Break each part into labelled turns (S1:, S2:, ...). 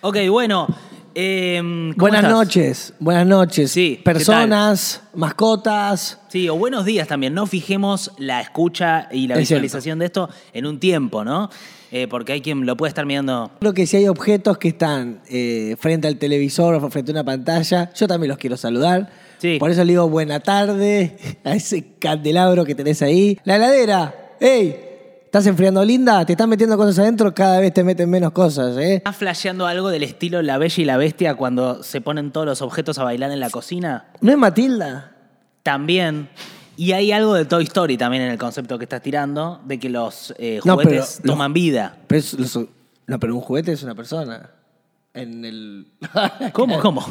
S1: Ok, bueno. eh, ¿cómo
S2: Buenas
S1: estás?
S2: noches, buenas noches.
S1: Sí, ¿qué
S2: Personas, mascotas.
S1: Sí, o buenos días también. No fijemos la escucha y la
S2: Es cierto.
S1: visualización de esto en un tiempo, ¿no? Eh, porque hay quien lo puede estar mirando.
S2: Creo que si hay objetos que están eh, frente al televisor o frente a una pantalla, yo también los quiero saludar.
S1: Sí.
S2: Por eso le digo buena tarde a ese candelabro que tenés ahí. La heladera, ¡ey! ¿Estás enfriando linda? ¿Te estás metiendo cosas adentro? Cada vez te meten menos cosas, ¿eh?
S1: ¿Estás flasheando algo del estilo La Bella y la Bestia cuando se ponen todos los objetos a bailar en la cocina?
S2: ¿No es Matilda?
S1: También. Y hay algo de Toy Story también en el concepto que estás tirando, de que los eh,
S2: No, pero
S1: juguetes
S2: los-
S1: toman vida.
S2: Pero es- los- no, pero un juguete es una persona. En el. Eh,
S1: ¿Cómo? ¿Cómo?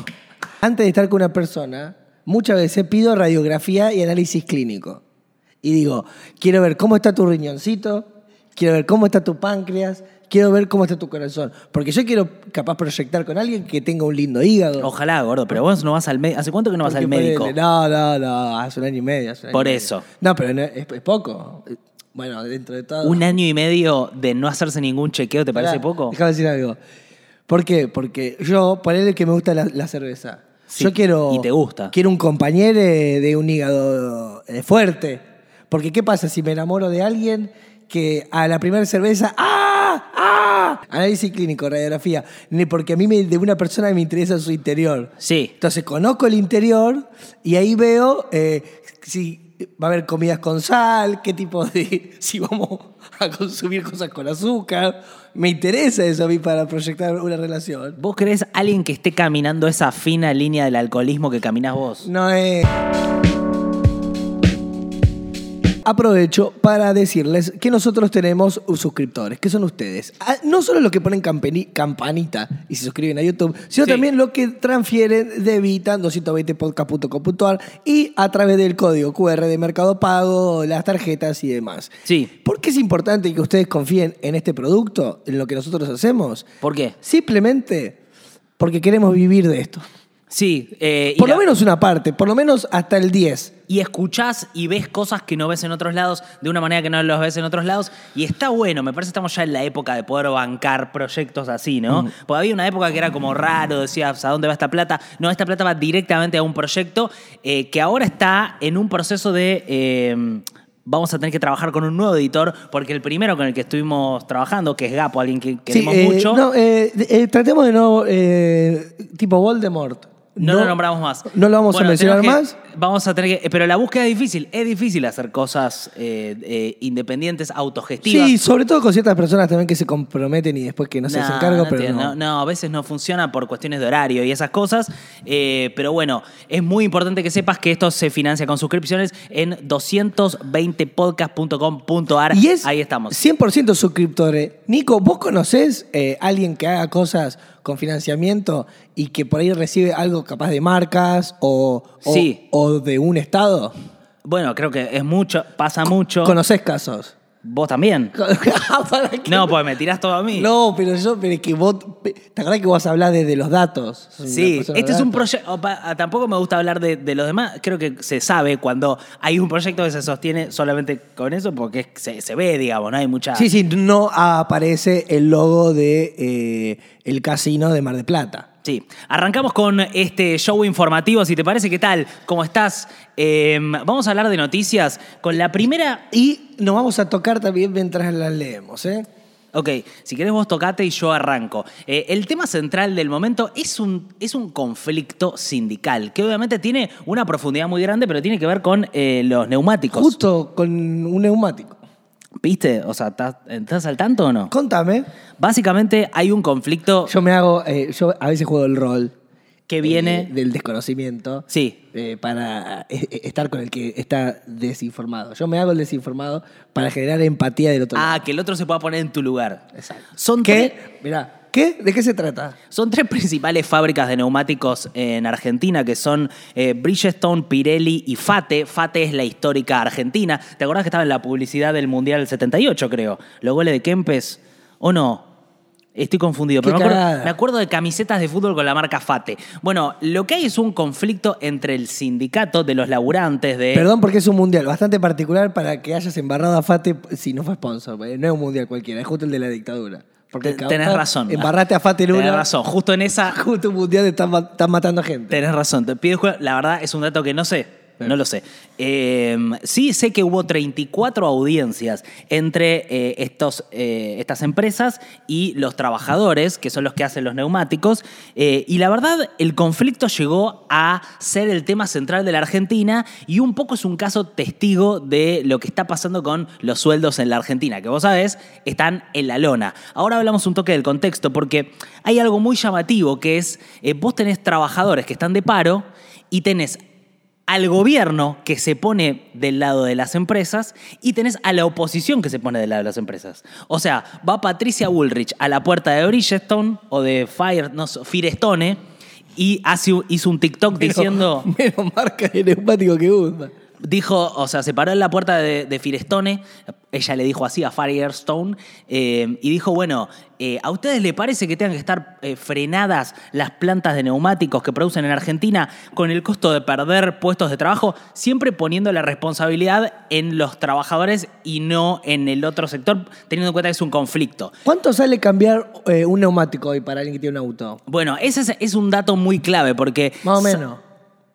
S2: Antes de estar con una persona, muchas veces pido radiografía y análisis clínico. Y digo, quiero ver cómo está tu riñoncito, quiero ver cómo está tu páncreas, quiero ver cómo está tu corazón. Porque yo quiero capaz proyectar con alguien que tenga un lindo hígado.
S1: Ojalá, gordo, pero vos no vas al médico. ¿Hace cuánto que no vas
S2: Porque
S1: al médico?
S2: ponele- No, no, no, hace un año y medio. hace un año
S1: Por
S2: y medio.
S1: eso.
S2: No, pero no- es, es poco. Bueno, dentro de todo.
S1: Un año y medio de no hacerse ningún chequeo, ¿te parece
S2: Pará,
S1: poco?
S2: Déjame decir algo. ¿Por qué? Porque yo, ponele que me gusta la, la cerveza.
S1: Sí,
S2: yo quiero.
S1: y te gusta.
S2: Quiero un compañero eh, de un hígado eh, fuerte. Porque, ¿qué pasa si me enamoro de alguien que a la primera cerveza. ¡Ah! ¡Ah! Análisis clínico, radiografía. Ni Porque a mí me- de una persona me interesa su interior.
S1: Sí.
S2: Entonces conozco el interior y ahí veo eh, si va a haber comidas con sal, qué tipo de. si vamos a consumir cosas con azúcar. Me interesa eso a mí para proyectar una relación.
S1: ¿Vos crees alguien que esté caminando esa fina línea del alcoholismo que caminás vos?
S2: No eh. es. Aprovecho para decirles que nosotros tenemos suscriptores, que son ustedes. Ah, No solo los que ponen campeni- campanita y se suscriben a YouTube, sino
S1: Sí.
S2: también los que transfieren de Vita 220podcast.com.ar y a través del código QR de Mercado Pago, las tarjetas y demás.
S1: Sí.
S2: ¿Por qué es importante que ustedes confíen en este producto, en lo que nosotros hacemos?
S1: ¿Por qué?
S2: Simplemente porque queremos vivir de esto.
S1: Sí. eh, y
S2: Por lo
S1: la-
S2: menos una parte, por lo menos hasta el 10.
S1: Y escuchás y ves cosas que no ves en otros lados de una manera que no los ves en otros lados. Y está bueno, me parece que estamos ya en la época de poder bancar proyectos así, ¿no?
S2: Mm.
S1: Porque había una época que era como raro, decías, ¿a dónde va esta plata? No, esta plata va directamente a un proyecto eh, que ahora está en un proceso de... eh, Vamos a tener que trabajar con un nuevo editor, porque el primero con el que estuvimos trabajando, que es Gapo, alguien que queremos
S2: Sí, eh,
S1: mucho, no,
S2: no, eh, eh, tratemos de no. eh, tipo Voldemort.
S1: lo nombramos más.
S2: No lo vamos
S1: Bueno,
S2: a mencionar
S1: tenemos
S2: más.
S1: que- Vamos a tener que. Pero la búsqueda es difícil. Es difícil hacer cosas eh, eh, independientes, autogestivas.
S2: Sí, sobre todo con ciertas personas también que se comprometen y después que no se
S1: Nah,
S2: hacen cargo,
S1: no
S2: pero
S1: tiene- no-
S2: no.
S1: no, a veces no funciona por cuestiones de horario y esas cosas. Eh, pero bueno, es muy importante que sepas que esto se financia con suscripciones en 220podcast.com.ar.
S2: Y es
S1: Ahí estamos.
S2: 100% suscriptores. Nico, ¿vos conocés eh, alguien que haga cosas con financiamiento y que por ahí recibe algo capaz de marcas o, o-
S1: Sí.
S2: o de un estado?
S1: Bueno, creo que es mucho, pasa mucho.
S2: ¿Conocés casos?
S1: Vos también.
S2: ¿Para qué?
S1: No, pues me tirás todo a mí.
S2: No, pero yo, pero es que vos. ¿Te acordás que vos hablás desde los datos? Sos una
S1: Sí,
S2: persona
S1: este es un
S2: data.
S1: proyecto. Tampoco me gusta hablar de, de los demás. Creo que se sabe cuando hay un proyecto que se sostiene solamente con eso, porque es- se, se ve, digamos, no hay mucha.
S2: Sí, sí, no aparece el logo de eh, el casino de Mar de Plata.
S1: Sí. Arrancamos con este show informativo. Si te parece, ¿qué tal? ¿Cómo estás? Eh, vamos a hablar de noticias con la primera.
S2: Y nos vamos a tocar también mientras las leemos, ¿eh?
S1: Ok, si querés vos tocate y yo arranco. Eh, el tema central del momento es un, es un conflicto sindical, que obviamente tiene una profundidad muy grande, pero tiene que ver con eh, los neumáticos.
S2: Justo con un neumático.
S1: ¿Viste? O sea, ¿estás- ¿estás al tanto o no?
S2: Contame.
S1: Básicamente hay un conflicto
S2: Yo me hago, eh, yo a veces juego el rol
S1: que
S2: eh,
S1: viene.
S2: del desconocimiento.
S1: Sí.
S2: eh, para eh, eh, estar con el que está desinformado. Yo me hago el desinformado para generar empatía del otro. lado.
S1: Ah, que el otro se pueda poner en tu lugar.
S2: Exacto.
S1: Son tres-
S2: ¿Qué? Mirá, ¿qué? ¿De qué se trata?
S1: Son tres principales fábricas de neumáticos en Argentina, que son eh, Bridgestone, Pirelli y FATE. FATE es la histórica argentina. ¿Te acordás que estaba en la publicidad del Mundial del 78, creo? Los goles de Kempes, ¿o no? Estoy confundido, pero me
S2: Qué
S1: acuerdo,
S2: cagada.
S1: me acuerdo de camisetas de fútbol con la marca FATE. Bueno, lo que hay es un conflicto entre el sindicato de los laburantes de...
S2: Perdón porque es un mundial bastante particular para que hayas embarrado a Fate si no fue sponsor. eh, No es un mundial cualquiera, es justo el de la dictadura. Porque
S1: Te-
S2: capaz
S1: tenés razón.
S2: Embarrate a Fate Luna.
S1: Tenés razón. Justo en esa,
S2: Justo un mundial están, ma- están matando gente.
S1: Tenés razón. Te pido disculpas. La verdad es un dato que no sé. No lo sé. Eh, sí sé que hubo 34 audiencias entre eh, estos, eh, estas empresas y los trabajadores, que son los que hacen los neumáticos. Eh, y la verdad, el conflicto llegó a ser el tema central de la Argentina y un poco es un caso testigo de lo que está pasando con los sueldos en la Argentina, que vos sabés, están en la lona. Ahora hablamos un toque del contexto, porque hay algo muy llamativo que es, eh, vos tenés trabajadores que están de paro y tenés al gobierno que se pone del lado de las empresas y tenés a la oposición que se pone del lado de las empresas. O sea, va Patricia Bullrich a la puerta de Bridgestone o de Fire, no, sé, Firestone y hace, hizo un TikTok diciendo...
S2: Menos marca de neumático que usa.
S1: Dijo, o sea, se paró en la puerta de, de Firestone, ella le dijo así a Firestone, eh, y dijo, bueno, eh, ¿a ustedes le parece que tengan que estar eh, frenadas las plantas de neumáticos que producen en Argentina con el costo de perder puestos de trabajo? Siempre poniendo la responsabilidad en los trabajadores y no en el otro sector, teniendo en cuenta que es un conflicto.
S2: ¿Cuánto sale cambiar eh, un neumático hoy para alguien que tiene un auto?
S1: Bueno, ese es, es un dato muy clave porque...
S2: Más o menos.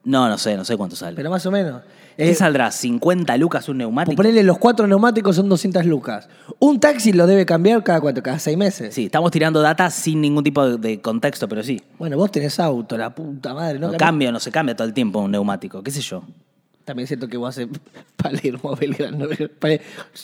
S1: No, no sé, no sé cuánto sale.
S2: Pero más o menos.
S1: ¿Qué
S2: Eh,
S1: saldrá? ¿50 lucas un
S2: Por
S1: neumático?
S2: ponerle los cuatro neumáticos son 200 lucas. Un taxi lo debe cambiar cada cuánto, cada seis meses.
S1: Sí, estamos tirando data sin ningún tipo de, de contexto, pero sí.
S2: Bueno, vos tenés auto, la puta madre, ¿no?
S1: No cambia, no se cambia todo el tiempo un neumático, qué sé yo.
S2: También siento que vos haces Palermo, Belgrano. Pale-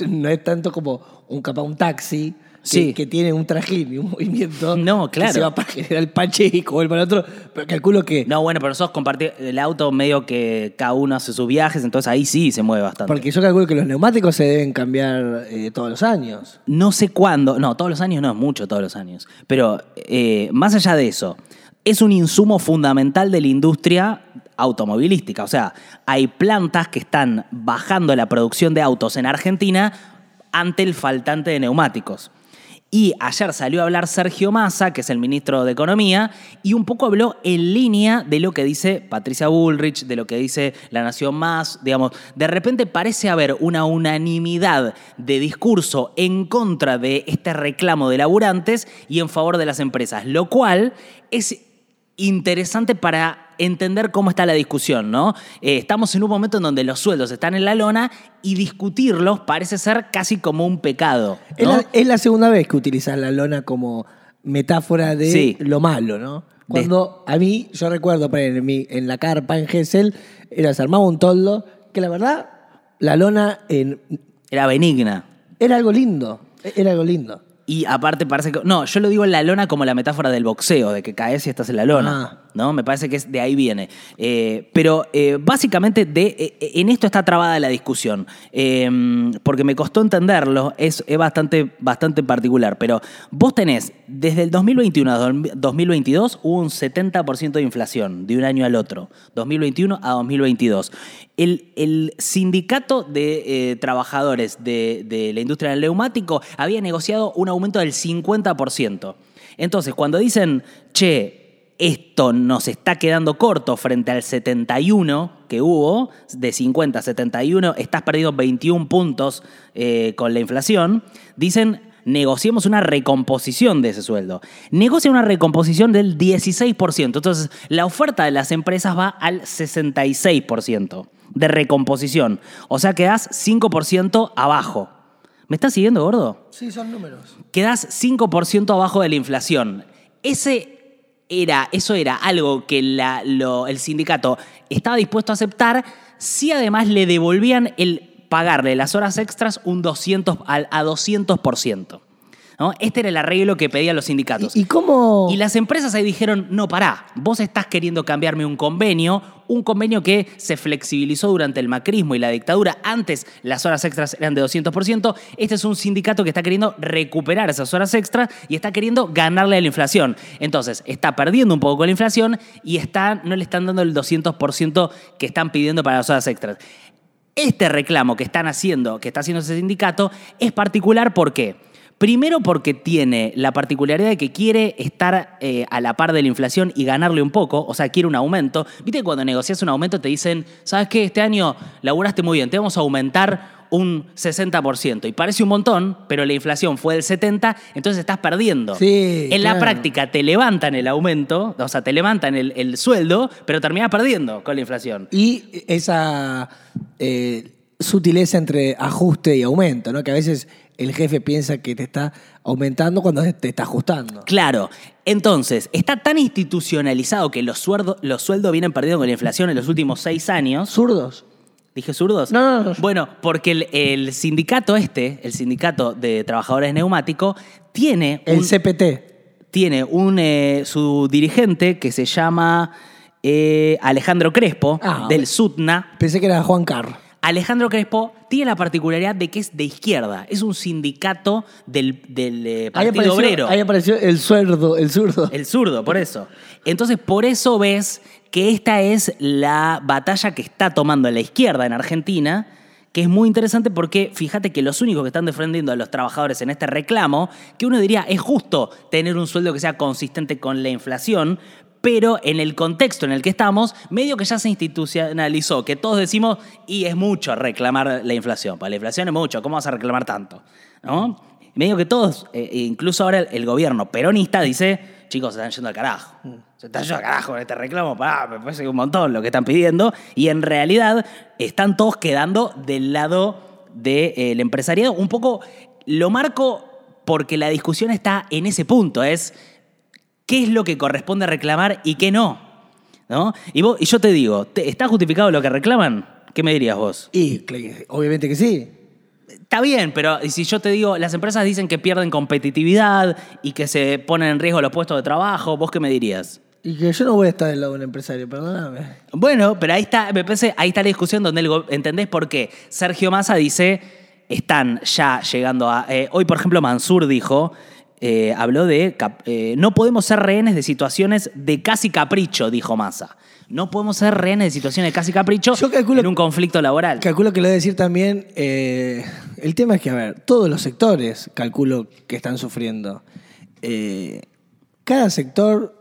S2: No es tanto como un capaz un taxi que-
S1: Sí.
S2: que, tiene un trajín y un movimiento.
S1: No, claro.
S2: Que se va para General Pacheco, vuelve para otro. Pero calculo que.
S1: No, bueno, pero nosotros compartir el auto medio que cada uno hace sus viajes, entonces ahí sí se mueve bastante.
S2: Porque yo calculo que los neumáticos se deben cambiar eh, todos los años.
S1: no sé cuándo, no, todos los años no es mucho todos los años, pero eh, más allá de eso, es un insumo fundamental de la industria automovilística. O sea, hay plantas que están bajando la producción de autos en Argentina ante el faltante de neumáticos. Y ayer salió a hablar Sergio Massa, que es el ministro de Economía, y un poco habló en línea de lo que dice Patricia Bullrich, de lo que dice La Nación Más, digamos. De repente parece haber una unanimidad de discurso en contra de este reclamo de laburantes y en favor de las empresas, lo cual es interesante para entender cómo está la discusión, ¿no? Eh, estamos en un momento en donde los sueldos están en la lona y discutirlos parece ser casi como un pecado.
S2: Es,
S1: ¿no?
S2: la, es la segunda vez que utilizas la lona como metáfora de
S1: Sí.
S2: lo malo, ¿no? Cuando a mí, yo recuerdo por ejemplo, en, mi- en la carpa en Gesell, era, se armaba un toldo, que la verdad, la lona en-
S1: Era benigna.
S2: era algo lindo, era algo lindo.
S1: Y aparte parece que... No, yo lo digo en la lona como la metáfora del boxeo, de que caes y estás en la lona.
S2: Ah.
S1: ¿No? Me parece que es, de ahí viene. Eh, pero eh, básicamente de, eh, en esto está trabada la discusión. Eh, porque me costó entenderlo, es, es bastante, bastante particular. Pero vos tenés, desde el 2021 a 2022 hubo un 70% de inflación, de un año al otro. 2021 a 2022. El, el sindicato de eh, trabajadores de, de la industria del neumático había negociado un aumento del 50%. Entonces, cuando dicen, che, esto nos está quedando corto frente al 71 que hubo, de 50 a 71, estás perdido 21 puntos eh, con la inflación, dicen, negociemos una recomposición de ese sueldo. Negocia una recomposición del 16%, entonces la oferta de las empresas va al 66% de recomposición, o sea, quedás 5% abajo. ¿Me estás siguiendo, gordo?
S2: Sí, son números.
S1: quedás 5% abajo de la inflación. Ese era, eso era algo que la- lo- el sindicato estaba dispuesto a aceptar si además le devolvían el pagarle las horas extras un 200, al- a 200%. ¿no? Este era el arreglo que pedían los sindicatos.
S2: ¿Y, y cómo?
S1: Y las empresas ahí dijeron, no, pará, vos estás queriendo cambiarme un convenio, un convenio que se flexibilizó durante el macrismo y la dictadura. Antes las horas extras eran de 200%. Este es un sindicato que está queriendo recuperar esas horas extras y está queriendo ganarle a la inflación. Entonces, está perdiendo un poco con la inflación y está, no le están dando el 200% que están pidiendo para las horas extras. Este reclamo que están haciendo, que está haciendo ese sindicato, es particular ¿por qué? Primero porque tiene la particularidad de que quiere estar eh, a la par de la inflación y ganarle un poco, o sea, quiere un aumento. Viste que cuando negocias un aumento te dicen, ¿sabes qué? Este año laburaste muy bien, te vamos a aumentar un 60%. Y parece un montón, pero la inflación fue del 70%, entonces estás perdiendo.
S2: Sí,
S1: en la
S2: claro.
S1: práctica te levantan el aumento, o sea, te levantan el, el sueldo, pero terminas perdiendo con la inflación.
S2: Y esa eh, sutileza entre ajuste y aumento, ¿no? Que a veces el jefe piensa que te está aumentando cuando te está ajustando.
S1: Claro. Entonces, está tan institucionalizado que los, sueldo- los sueldos vienen perdiendo con la inflación en los últimos seis años.
S2: ¿Zurdos?
S1: ¿Dije zurdos?
S2: No, no, no.
S1: Bueno, porque el, el sindicato este, el sindicato de trabajadores neumáticos, tiene
S2: El
S1: un,
S2: CPT.
S1: tiene un eh, su dirigente que se llama eh, Alejandro Crespo,
S2: Ah,
S1: del
S2: ok.
S1: SUTNA.
S2: Pensé que era Juan Carr.
S1: Alejandro Crespo tiene la particularidad de que es de izquierda, es un sindicato del, del eh,
S2: Ahí
S1: Partido
S2: apareció,
S1: Obrero.
S2: ahí apareció el sueldo, el zurdo.
S1: El zurdo, por eso. Entonces, por eso ves que esta es la batalla que está tomando la izquierda en Argentina, que es muy interesante porque fíjate que los únicos que están defendiendo a los trabajadores en este reclamo, que uno diría es justo tener un sueldo que sea consistente con la inflación, pero en el contexto en el que estamos, medio que ya se institucionalizó, que todos decimos, y es mucho reclamar la inflación, para la inflación es mucho, ¿cómo vas a reclamar tanto? ¿No? Medio que todos, eh, incluso ahora el, el gobierno peronista dice, chicos, se están yendo al carajo. Se están yendo al carajo con este reclamo, pa, me parece que un montón lo que están pidiendo. Y en realidad están todos quedando del lado del eh, empresariado. Un poco lo marco porque la discusión está en ese punto, es qué es lo que corresponde reclamar y qué no. ¿No? Y, vos, y yo te digo, ¿te- ¿está justificado lo que reclaman? ¿Qué me dirías vos?
S2: Y cl- obviamente que sí.
S1: Está bien, pero si yo te digo, las empresas dicen que pierden competitividad y que se ponen en riesgo los puestos de trabajo, ¿vos qué me dirías?
S2: Y que yo no voy a estar del lado del empresario, perdóname.
S1: Bueno, pero ahí está, me parece, ahí está la discusión donde el go- entendés por qué. Sergio Massa dice, están ya llegando a. eh, hoy, por ejemplo, Mansur dijo, eh, habló de. cap- eh, no podemos ser rehenes de situaciones de casi capricho, dijo Massa. No podemos ser rehenes de situaciones de casi capricho
S2: Yo calculo-
S1: en un conflicto laboral.
S2: Calculo que le voy a decir también, eh, el tema es que, a ver, todos los sectores calculo que están sufriendo. Eh, cada sector,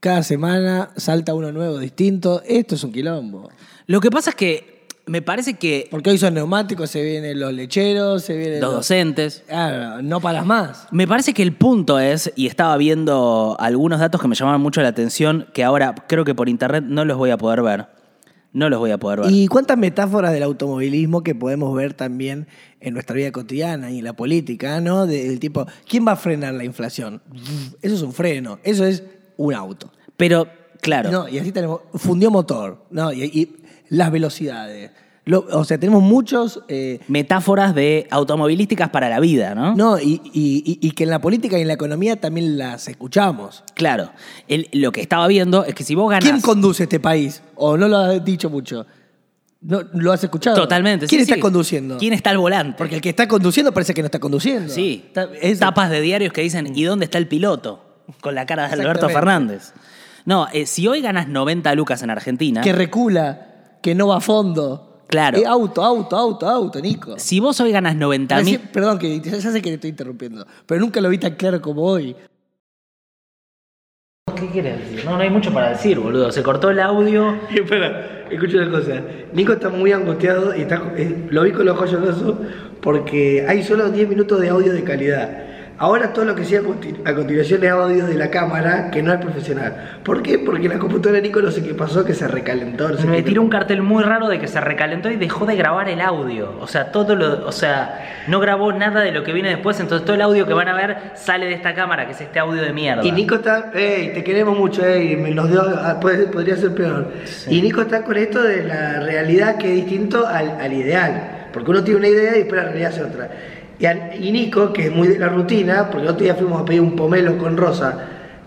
S2: cada semana salta uno nuevo, distinto. Esto es un quilombo.
S1: Lo que pasa es que me parece que
S2: Porque hoy son neumáticos, se vienen los lecheros, se vienen
S1: los docentes.
S2: Claro, no paras más.
S1: Me parece que el punto es, y estaba viendo algunos datos que me llamaban mucho la atención, que ahora creo que por internet no los voy a poder ver. No los voy a poder ver.
S2: Y cuántas metáforas del automovilismo que podemos ver también en nuestra vida cotidiana y en la política, ¿no? De- Del tipo, ¿quién va a frenar la inflación? Eso es un freno, eso es un auto.
S1: Pero, claro,
S2: No, y así tenemos, fundió motor, ¿no? Y, y las velocidades. Lo- o sea, tenemos muchos... eh,
S1: metáforas de automovilísticas para la vida, ¿no?
S2: no, y, y- y- y que en la política y en la economía también las escuchamos.
S1: Claro. El- lo que estaba viendo es que si vos ganás...
S2: ¿Quién conduce este país? O no lo has dicho mucho. No, ¿Lo has escuchado?
S1: Totalmente.
S2: ¿Quién
S1: sí,
S2: está
S1: sí.
S2: conduciendo?
S1: ¿Quién está al volante?
S2: Porque el que está conduciendo parece que no está conduciendo.
S1: Sí.
S2: Está- es- Mm.
S1: Tapas de diarios que dicen, ¿y dónde está el piloto? Con la cara de Alberto
S2: Exactamente.
S1: Fernández. No, eh, si hoy ganas 90 lucas en Argentina...
S2: que recula, que no va a fondo.
S1: Claro.
S2: Eh, auto, auto, auto, auto, Nico.
S1: Si vos hoy ganas 90 mil...
S2: Recién- perdón, que ya ya sé que te estoy interrumpiendo, pero nunca lo vi tan claro como hoy.
S1: ¿Qué quieres decir? No, no hay mucho para decir, boludo. Se cortó el audio.
S2: Espera, escucha una cosa. Nico está muy angustiado y está, eh, lo vi con los ojos llorosos porque hay solo 10 minutos de audio de calidad. Ahora todo lo que sea a, continu- a continuación es audio de la cámara que no es profesional. ¿Por qué? Porque la computadora de Nico no sé qué pasó, que se recalentó. No sé
S1: Me
S2: qué-
S1: tiró un cartel muy raro de que se recalentó y dejó de grabar el audio. O sea, todo lo. O sea, no grabó nada de lo que viene después, entonces todo el audio que van a ver sale de esta cámara, que es este audio de mierda.
S3: Y Nico está, hey, te queremos mucho, hey, me- nos dio, ah, puede- podría ser peor. Y Nico está con esto de la realidad que es distinto al, al ideal, porque uno tiene una idea y después la realidad es otra. Y, al- y Nico, que es muy de la rutina, porque el otro día fuimos a pedir un pomelo con rosa,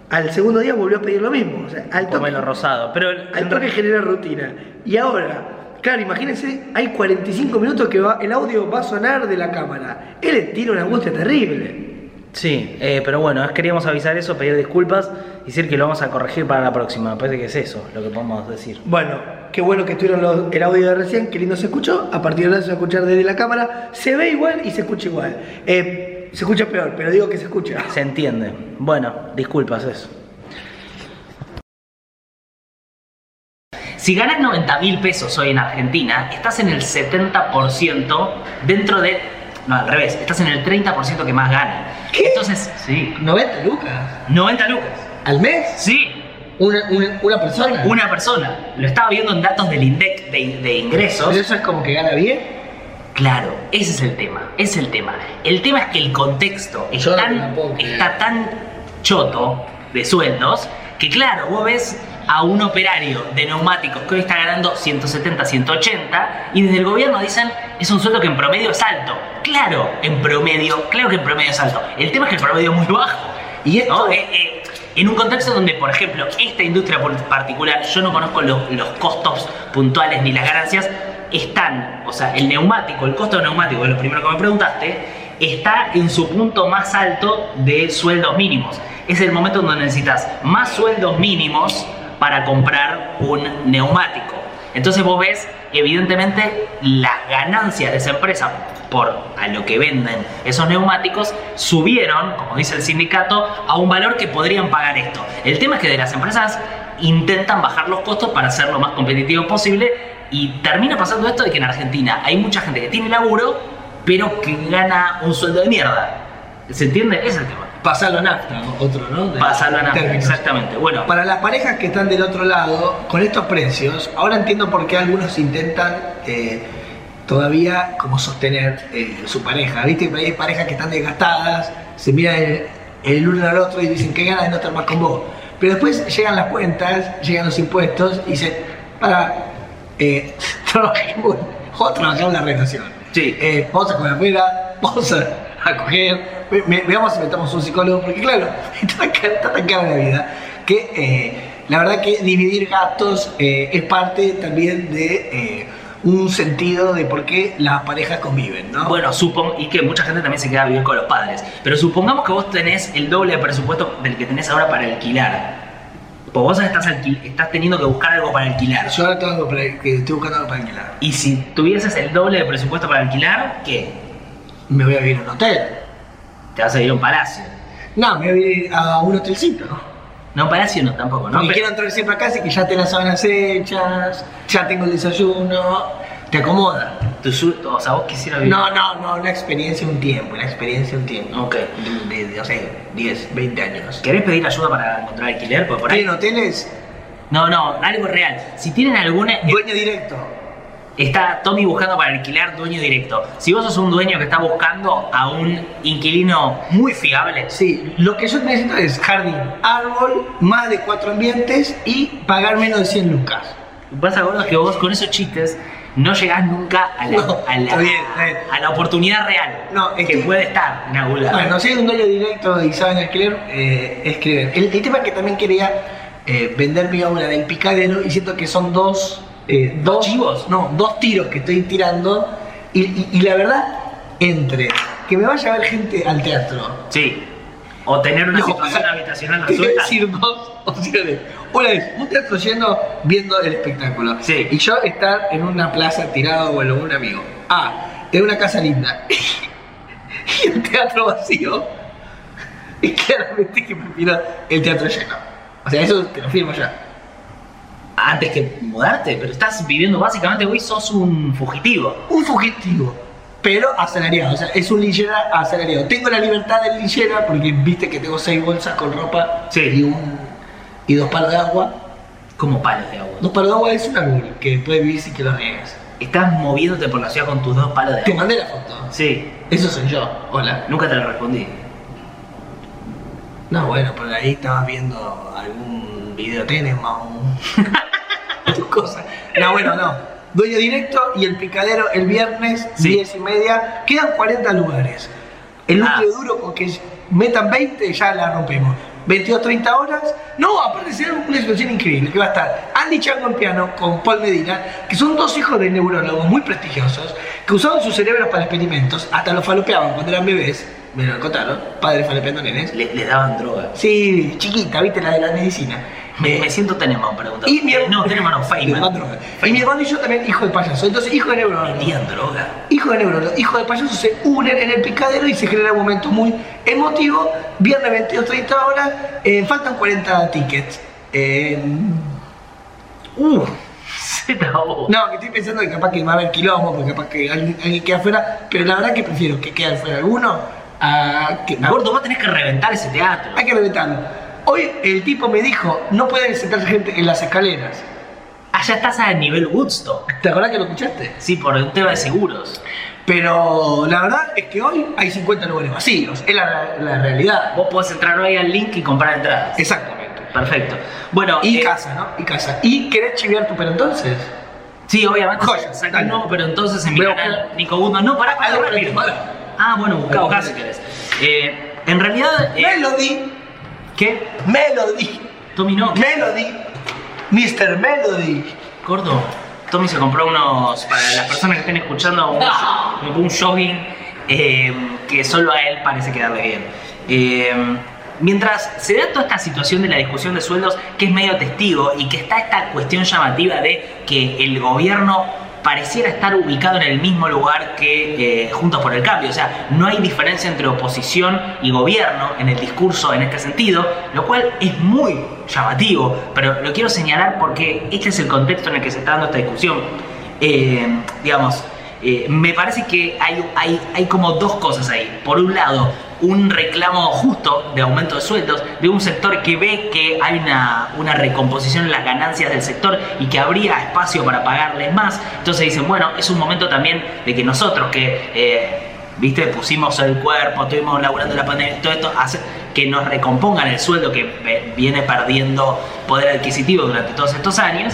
S3: al segundo día volvió a pedir lo mismo. O sea, al toque,
S1: Pomelo rosado. Pero.
S3: al toque genera rutina. Y ahora, claro, imagínense, hay 45 minutos que va- el audio va a sonar de la cámara. Él tiene una angustia terrible.
S1: Sí, eh, pero bueno, es- queríamos avisar eso, pedir disculpas y decir que lo vamos a corregir para la próxima. Me parece que es eso lo que podemos decir.
S3: Bueno, qué bueno que estuvieron los- el audio de recién, qué lindo se escuchó. A partir de ahora se va a escuchar desde la cámara. Se ve igual y se escucha igual. Eh, se escucha peor, pero digo que se escucha.
S1: Se entiende. Bueno, disculpas eso. Si ganas 90 mil pesos hoy en Argentina, estás en el 70% dentro de. No, al revés, estás en el 30% que más gana.
S4: ¿Qué?
S1: Entonces, sí,
S4: 90 lucas
S1: 90 lucas.
S4: al mes.
S1: Sí,
S4: Una, una, una persona.
S1: una persona. Lo estaba viendo en datos del INDEC de, de ingresos.
S4: Pero eso es como que gana bien.
S1: Claro, ese es el tema, ese es el tema. El tema es que el contexto es
S4: Yo no me la
S1: tan,
S4: puedo creer.
S1: está tan choto de sueldos que claro, vos ves a un operario de neumáticos que hoy está ganando 170, 180 y desde el gobierno dicen es un sueldo que en promedio es alto. Claro, en promedio, claro que en promedio es alto. El tema es que el promedio es muy bajo.
S4: Y esto-
S1: ¿no? Eh, eh, en un contexto donde, por ejemplo, esta industria por- particular, yo no conozco los, los costos puntuales ni las ganancias, están, o sea, el neumático, el costo del neumático, que es lo primero que me preguntaste, está en su punto más alto de sueldos mínimos. Es el momento donde necesitas más sueldos mínimos para comprar un neumático. Entonces vos ves, evidentemente, las ganancias de esa empresa por a lo que venden esos neumáticos subieron, como dice el sindicato, a un valor que podrían pagar esto. El tema es que de las empresas intentan bajar los costos para ser lo más competitivo posible y termina pasando esto de que en Argentina hay mucha gente que tiene laburo, pero que gana un sueldo de mierda. ¿Se entiende? Ese es el tema.
S4: Pasarlo a nafta, ¿no? otro, ¿no? De-
S1: Pasarlo a nafta,
S4: términos.
S1: exactamente. Bueno,
S4: Para las parejas que están del otro lado, con estos precios, ahora entiendo por qué algunos intentan eh, todavía como sostener eh, su pareja. Viste, hay parejas que están desgastadas, se miran el, el uno al otro y dicen, qué ganas de no estar más con vos. Pero después llegan las cuentas, llegan los impuestos y dicen, para, eh, trabajemos, o trabajemos la relación.
S1: sí.
S4: Eh, vamos a comer afuera, vamos a, a coger, ve- ve- veamos si metamos un psicólogo, porque claro, está tan, ca- está tan cara la vida que eh, la verdad que dividir gastos eh, es parte también de eh, un sentido de por qué las parejas conviven, ¿no?
S1: Ah, Bueno, supon y que mucha gente también se queda a vivir con los padres. Pero supongamos que vos tenés el doble de presupuesto del que tenés ahora para alquilar. Pues vos estás, alquil- estás teniendo que buscar algo para alquilar.
S4: yo ahora tengo algo para- que estoy buscando algo para alquilar.
S1: Y si tuvieses el doble de presupuesto para alquilar, ¿qué?
S4: Me voy a vivir a un hotel.
S1: Te vas a ir a un palacio.
S4: No, me voy a vivir a un hotelcito.
S1: No, palacio no, tampoco, ¿no?
S4: Porque
S1: Pero-
S4: quiero entrar siempre a casa y que ya te las sábanas hechas, ya tengo el desayuno, te acomoda.
S1: tu su- o sea, vos quisieras vivir.
S4: No, no, no, una experiencia un tiempo, una experiencia un tiempo.
S1: Ok.
S4: De, de, no sé, 10, 20 años.
S1: ¿Querés pedir ayuda para encontrar alquiler? Porque por ahí.
S4: ¿Tienen hoteles?
S1: No, no, algo real. Si tienen alguna.
S4: Dueño directo.
S1: Está Tommy buscando para alquilar dueño directo. Si vos sos un dueño que está buscando a un inquilino muy fiable,
S4: Sí, lo que yo necesito es jardín, árbol, más de cuatro ambientes y pagar menos de 100 lucas.
S1: vas a gordo que vos con esos chistes no llegás nunca a la,
S4: No,
S1: a la-
S4: está bien, está bien.
S1: a la oportunidad real
S4: No,
S1: que
S4: estoy-
S1: puede estar inaugurada.
S4: Bueno, si hay un dueño directo y saben alquiler, eh, escriben. El, el tema es que también quería eh, vender mi obra del picadero y siento que son dos, eh, dos,
S1: chivos?
S4: No, dos tiros que estoy tirando. Y, y- y la verdad, entre que me vaya a ver gente al teatro.
S1: Sí. O tener una
S4: No,
S1: situación
S4: para-
S1: habitacional
S4: Te voy a
S1: resuelta.
S4: decir dos opciones. Una es un teatro lleno viendo el espectáculo.
S1: Sí.
S4: Y yo estar en una plaza tirado o en un amigo. A. Tener una casa linda. y el teatro vacío. Y claramente que prefiero el teatro lleno. O sea, eso te lo firmo ya.
S1: Antes que mudarte, pero estás viviendo básicamente hoy sos un fugitivo.
S4: Un fugitivo. Pero asalariado, o sea, es un linchera asalariado. Tengo la libertad del linchera porque viste que tengo seis bolsas con ropa
S1: Sí.
S4: y, un, y dos par de agua.
S1: Como palos de agua.
S4: Dos palos de agua es un árbol que puedes vivir sin que lo riegues.
S1: Estás moviéndote por la ciudad con tus dos palos de
S4: Te
S1: agua.
S4: mandé la foto.
S1: Sí.
S4: Eso soy yo. Hola.
S1: Nunca te lo respondí.
S4: No, bueno, por ahí estabas viendo algún video tenis más un... tus cosas. No, bueno, no. Dueño directo y el picadero el viernes,
S1: Sí.
S4: 10 y media. Quedan 40 lugares. El
S1: Ah.
S4: núcleo duro con que metan 20 ya la rompemos. 22, 30 horas. No, aparte será una situación increíble que va a estar Andy Chango en piano con Paul Medina, que son dos hijos de neurólogos muy prestigiosos, que usaban sus cerebros para experimentos, hasta los falopeaban cuando eran bebés, me lo contaron, padres falopeando nenes.
S1: Le, le daban droga.
S4: Sí, chiquita, viste, la de la medicina.
S1: Me,
S4: Eh,
S1: me siento Tenemon, pregunta.
S4: y mi her-
S1: No, Tenemon no, Feynman.
S4: Tenemán droga. Y mi hermano y yo también, hijo de payaso. Entonces, hijo de neurólogo.
S1: Metían droga.
S4: Hijo de neurólogo, hijo de payaso se unen en el picadero y se genera un momento muy emotivo. Viernes 22, 30 horas, eh, faltan 40 tickets. Eh,
S1: Uh, Tabú.
S4: No, que estoy pensando que capaz que va a haber quilombo, que capaz que alguien, alguien queda afuera, pero la verdad que prefiero que quede afuera alguno a que. a-
S1: Gordo, vos tenés que reventar ese teatro.
S4: hay que reventarlo. Hoy el tipo me dijo, no pueden sentarse gente en las escaleras.
S1: Allá estás a nivel Woodstock.
S4: ¿Te acordás que lo escuchaste?
S1: Sí, por un tema de seguros.
S4: Pero la verdad es que hoy hay 50 lugares vacíos, es la, la realidad.
S1: Vos podés entrar hoy al link y comprar entradas.
S4: Exactamente.
S1: Perfecto. Bueno,
S4: Y
S1: eh,
S4: casa, ¿no? Y casa. ¿Y querés chiviar tu pero entonces?
S1: Sí, obviamente.
S4: Joya,
S1: Saca
S4: dale. Ah,
S1: un nuevo, pero entonces en mi
S4: Voy a
S1: canal,
S4: buscar.
S1: Nico Guzmán. No, pará, pará,
S4: Algo
S1: rápido.
S4: para tomar.
S1: Ah, bueno, buscá,
S4: Algo
S1: buscá
S4: para
S1: si querés. Eh, en realidad. eh,
S4: Melody,
S1: ¿Qué?
S4: Melody,
S1: Tommy no.
S4: Melody, Mr. Melody.
S1: Gordo, Tommy se compró unos, para las personas que estén escuchando, un, un jogging eh, que solo a él parece quedarle bien. Eh, mientras se da toda esta situación de la discusión de sueldos, que es medio testigo y que está esta cuestión llamativa de que el gobierno pareciera estar ubicado en el mismo lugar que eh, Juntos por el Cambio. O sea, no hay diferencia entre oposición y gobierno en el discurso en este sentido, lo cual es muy llamativo, pero lo quiero señalar porque este es el contexto en el que se está dando esta discusión. Eh, digamos, eh, me parece que hay, hay, hay como dos cosas ahí. Por un lado, un reclamo justo de aumento de sueldos de un sector que ve que hay una, una recomposición en las ganancias del sector y que habría espacio para pagarles más. Entonces dicen, bueno, es un momento también de que nosotros que... eh, ¿Viste? Pusimos el cuerpo, estuvimos laburando la pandemia, todo esto, hace que nos recompongan el sueldo que ve- viene perdiendo poder adquisitivo durante todos estos años.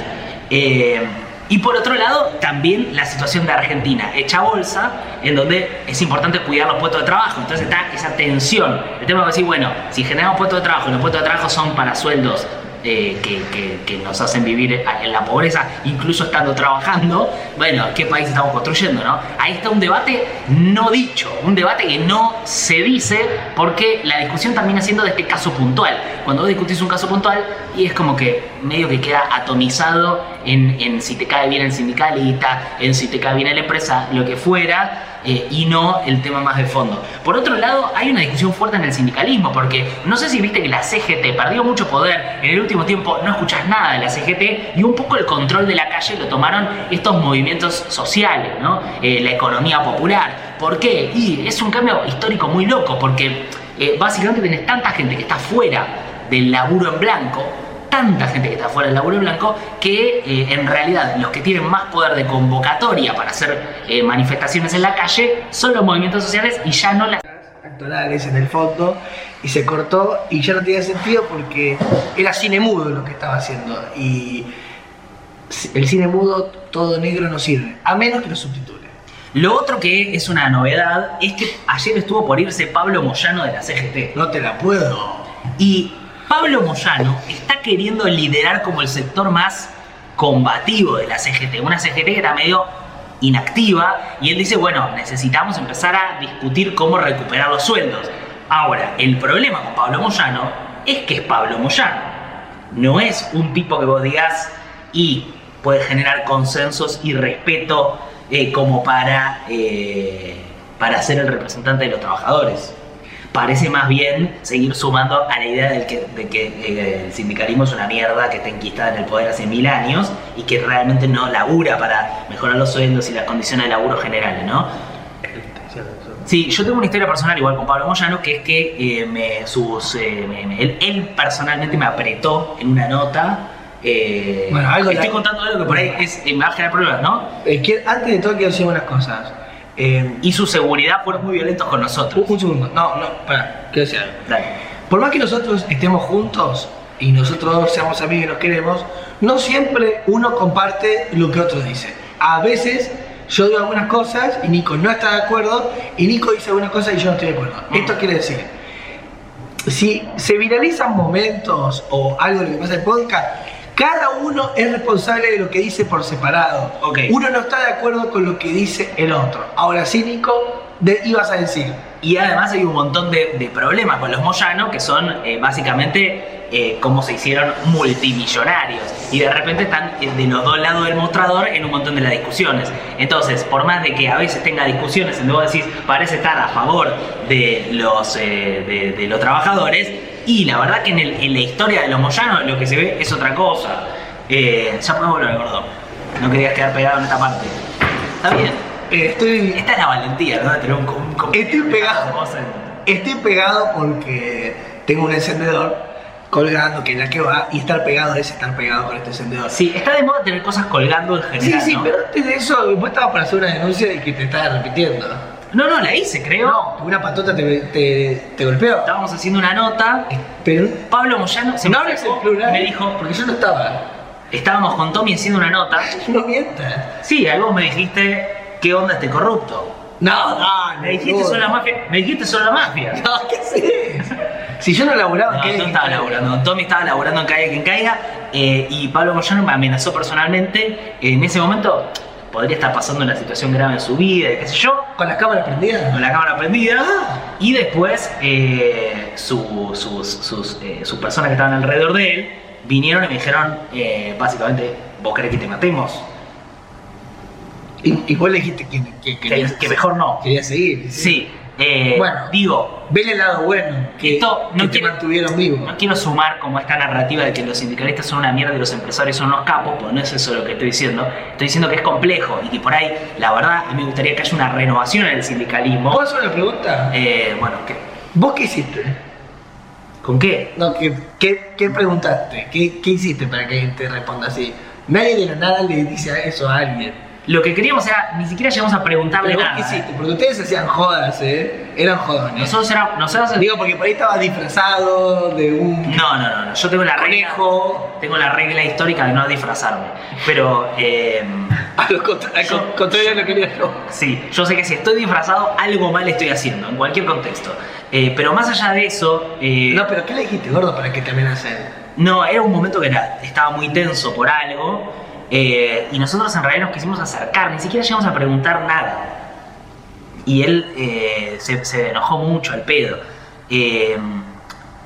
S1: Eh, y por otro lado, también la situación de Argentina, hecha bolsa, en donde es importante cuidar los puestos de trabajo. Entonces está esa tensión. El tema es decir, bueno, si generamos puestos de trabajo, y los puestos de trabajo son para sueldos eh, que, que- que nos hacen vivir a- en la pobreza, incluso estando trabajando, bueno, ¿qué país estamos construyendo, no? Ahí está un debate no dicho, un debate que no se dice porque la discusión termina siendo de este caso puntual. Cuando vos discutís un caso puntual y es como que medio que queda atomizado en, en si te cae bien el sindicalista, en si te cae bien la empresa, lo que fuera, eh, y no el tema más de fondo. Por otro lado, hay una discusión fuerte en el sindicalismo, porque no sé si viste que la CGT perdió mucho poder en el último tiempo, no escuchás nada de la CGT y un poco el control de la calle lo tomaron estos movimientos sociales, ¿no? Eh, la economía popular. ¿Por qué? Y es un cambio histórico muy loco, porque eh, básicamente tenés tanta gente que está fuera del laburo en blanco, tanta gente que está fuera del laburo blanco que eh, en realidad los que tienen más poder de convocatoria para hacer eh, manifestaciones en la calle son los movimientos sociales y ya no las
S4: Actorales en el fondo, y se cortó, y ya no tenía sentido porque era cine mudo lo que estaba haciendo. Y el cine mudo, todo negro, no sirve, a menos que lo subtitule.
S1: Lo otro que es una novedad es que ayer estuvo por irse Pablo Moyano de la CGT.
S4: No te la puedo.
S1: Y Pablo Moyano está queriendo liderar como el sector más combativo de la CGT. Una CGT que era medio inactiva y él dice, bueno, necesitamos empezar a discutir cómo recuperar los sueldos. Ahora, el problema con Pablo Moyano es que es Pablo Moyano. No es un tipo que vos digas y puede generar consensos y respeto eh, como para, eh, para ser el representante de los trabajadores parece más bien seguir sumando a la idea del que- de que, eh, el sindicalismo es una mierda que está enquistada en el poder hace mil años y que realmente no labura para mejorar los sueldos y las condiciones de laburo generales, ¿no? Sí, yo tengo una historia personal igual con Pablo Moyano, que es que eh, me, sus, eh, me- me- él, él personalmente me apretó en una nota. eh,
S4: Bueno, algo
S1: estoy
S4: la-
S1: contando algo que por ahí es, eh, me va a generar problemas, ¿no?
S4: Eh, quiero- antes de todo quiero decir unas cosas. Eh,
S1: Y su seguridad fueron muy violentos con
S4: un,
S1: nosotros.
S4: un segundo, no, no, pará, quiero decir algo.
S1: Dale.
S4: Por más que nosotros estemos juntos y nosotros dos seamos amigos y nos queremos, no siempre uno comparte lo que otro dice. A veces yo digo algunas cosas y Nico no está de acuerdo y Nico dice algunas cosas y yo no estoy de acuerdo. Esto quiere decir, si se viralizan momentos o algo de lo que pasa en el podcast, cada uno es responsable de lo que dice por separado.
S1: Ok.
S4: Uno no está de acuerdo con lo que dice el otro. Ahora sí, Nico, de- ibas a decir.
S1: Y además hay un montón de, de problemas con los Moyano, que son eh, básicamente eh, cómo se hicieron multimillonarios. Y de repente están eh, de los dos lados del mostrador en un montón de las discusiones. Entonces, por más de que a veces tenga discusiones en donde vos decís, parece estar a favor de los, eh, de, de los trabajadores, y la verdad que en, el- en la historia de los Moyano lo que se ve es otra cosa. Eh, ya podemos volver, gordo. No querías quedar pegado en esta parte. Está bien. Eh, estoy, esta es la valentía, ¿no? De tener un, co- un co-
S4: Estoy pegado.
S1: Vos en-
S4: Estoy pegado porque tengo un encendedor colgando que es la que va y estar pegado es estar pegado con este encendedor.
S1: Sí, está de moda tener cosas colgando en general.
S4: Sí, sí,
S1: ¿no?
S4: pero antes de eso, vos estabas para hacer una denuncia y que te estabas repitiendo.
S1: No, no, la hice, creo.
S4: Una patota te, te, te golpeó.
S1: Estábamos haciendo una nota.
S4: Pero
S1: Pablo Moyano se
S4: no
S1: me,
S4: hables en
S1: acercó,
S4: plural.
S1: me dijo,
S4: porque yo no estaba.
S1: estábamos con Tommy haciendo una nota.
S4: No mientas.
S1: Sí, ahí vos me dijiste, ¿qué onda este corrupto?
S4: No, no,
S1: Me dijiste, son la mafia. Me dijiste, son la mafia.
S4: No, ¿qué haces? Si yo no laburaba,
S1: No,
S4: ¿qué?
S1: Tom estaba laburando. Tommy estaba laburando en Caiga Quien Caiga eh, y Pablo Moyano me amenazó personalmente. En ese momento podría estar pasando una situación grave en su vida, y qué sé yo,
S4: ¿Con las cámaras prendidas?
S1: con la cámara prendida. Y después eh, su- sus, sus, eh, sus personas que estaban alrededor de él vinieron y me dijeron, eh, básicamente, ¿vos querés que te matemos?
S4: Y, y vos le dijiste que, que,
S1: Que, que mejor no.
S4: Quería seguir.
S1: Sí. eh,
S4: Bueno.
S1: Digo,
S4: Vele el lado bueno, que,
S1: Esto no
S4: que te
S1: quiere-
S4: mantuvieron vivo.
S1: No quiero sumar como esta narrativa de que los sindicalistas son una mierda y los empresarios son unos capos, porque no es eso lo que estoy diciendo. Estoy diciendo que es complejo y que por ahí, la verdad, a mí me gustaría que haya una renovación en el sindicalismo.
S4: ¿Puedo hacer una pregunta?
S1: Eh, bueno, ¿qué?
S4: ¿Vos qué hiciste?
S1: ¿con qué?
S4: No, ¿qué, qué, qué preguntaste? ¿Qué, qué hiciste para que alguien te responda así? Nadie de la nada le dice eso a alguien.
S1: Lo que queríamos era, ni siquiera llegamos a preguntarle
S4: Pero vos
S1: nada.
S4: qué hiciste, porque ustedes hacían jodas, ¿eh? Eran jodones.
S1: Nosotros éramos. Nosotros,
S4: Digo, porque por ahí estaba disfrazado de un
S1: no, no, no, no. Yo tengo la regla.
S4: conejo.
S1: Tengo la regla histórica de no disfrazarme. Pero. eh,
S4: A lo contra- al con- contrario de lo que quería yo.
S1: Sí, yo sé que si estoy disfrazado, algo mal estoy haciendo, en cualquier contexto. Eh, pero más allá de eso, eh,
S4: No, pero ¿qué le dijiste, gordo, para que te amenacen?
S1: no, era un momento que era- estaba muy tenso por algo. eh, y nosotros en realidad nos quisimos acercar, ni siquiera llegamos a preguntar nada. Y él eh, se, se enojó mucho al pedo. Eh,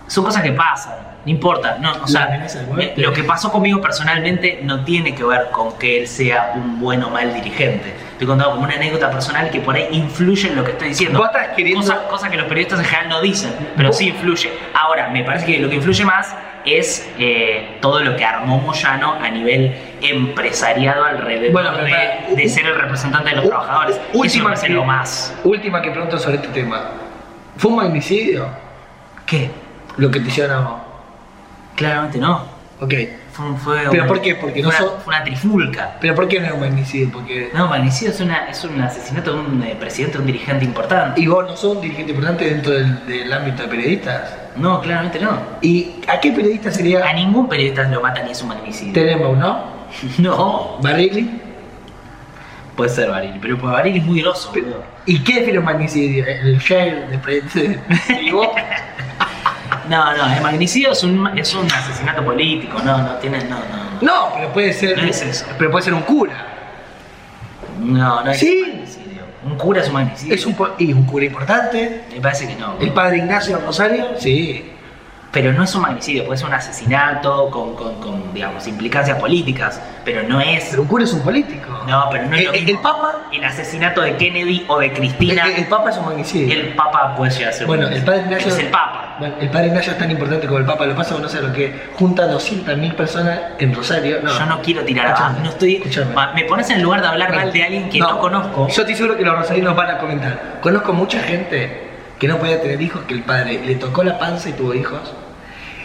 S1: son cosas que pasan, no importa. No, o sea,
S4: amenaza de muerte.
S1: eh, lo que pasó conmigo personalmente no tiene que ver con que él sea un buen o mal dirigente. Estoy contando como una anécdota personal que por ahí influye en lo que estoy diciendo.
S4: Vos estás queriendo-
S1: Cosa- cosa que los periodistas en general no dicen, pero sí influye. Ahora, me parece que lo que influye más es eh, todo lo que armó Moyano a nivel empresariado alrededor
S4: Bueno, pero
S1: de,
S4: para-
S1: de ser el representante de los
S4: U-
S1: trabajadores. Eso me parece
S4: que-
S1: lo más.
S4: Última que pregunto sobre este tema. ¿Fue un magnicidio
S1: ¿Qué?
S4: lo que te hicieron a vos?
S1: Claramente no.
S4: Ok.
S1: Fue, un- fue
S4: ¿Pero
S1: un-
S4: por qué? Porque no
S1: fue una,
S4: so-
S1: fue una trifulca.
S4: ¿Pero por qué no era un magnicidio? Porque...
S1: No, magnicidio es, una, es un asesinato de un eh, presidente, un dirigente importante.
S4: Y vos no sos un dirigente importante dentro del, del ámbito de periodistas.
S1: No, claramente no.
S4: ¿Y a qué periodista
S1: A
S4: sería?
S1: ningún periodista lo matan y es un magnicidio.
S4: Tenemos, ¿no?
S1: No,
S4: Barrigli.
S1: puede ser Baril, pero pues Baril es muy grosso, boludo.
S4: ¿Y qué define un magnicidio? El share de presidente. ¿Y vos?
S1: No, no, el magnicidio es un, es un asesinato político, no, no tiene, no, no.
S4: No, pero puede ser.
S1: No es eso.
S4: Pero puede ser un cura.
S1: No, no es
S4: Sí.
S1: un magnicidio. Un cura es un magnicidio.
S4: Es un, po- y un cura importante.
S1: Me parece que no.
S4: El padre Ignacio Rosario. Sí.
S1: Pero no es un magnicidio, puede ser un asesinato con, con, con, digamos, implicancias políticas, pero no es.
S4: Pero un cura es un político.
S1: No, pero no es lo
S4: El- el-
S1: mismo.
S4: el Papa-
S1: El asesinato de Kennedy o de Cristina.
S4: El, el Papa es un
S1: el,
S4: magnicidio.
S1: Papa puede llegar a ser. un
S4: bueno, el padre
S1: magnicidio.
S4: Ignacio.
S1: Es el Papa.
S4: Bueno, el padre Ignacio es tan importante como el Papa. Lo que pasa es que no sé lo que junta 200.000 personas en Rosario. No.
S1: Yo no quiero tirar
S4: Escuchame,
S1: abajo. No estoy.
S4: escuchame.
S1: Ma- Me pones en lugar de hablar mal de alguien que no, conozco.
S4: Yo estoy seguro que los rosarinos van a comentar. Conozco mucha gente que no podía tener hijos, que el padre le tocó la panza y tuvo hijos.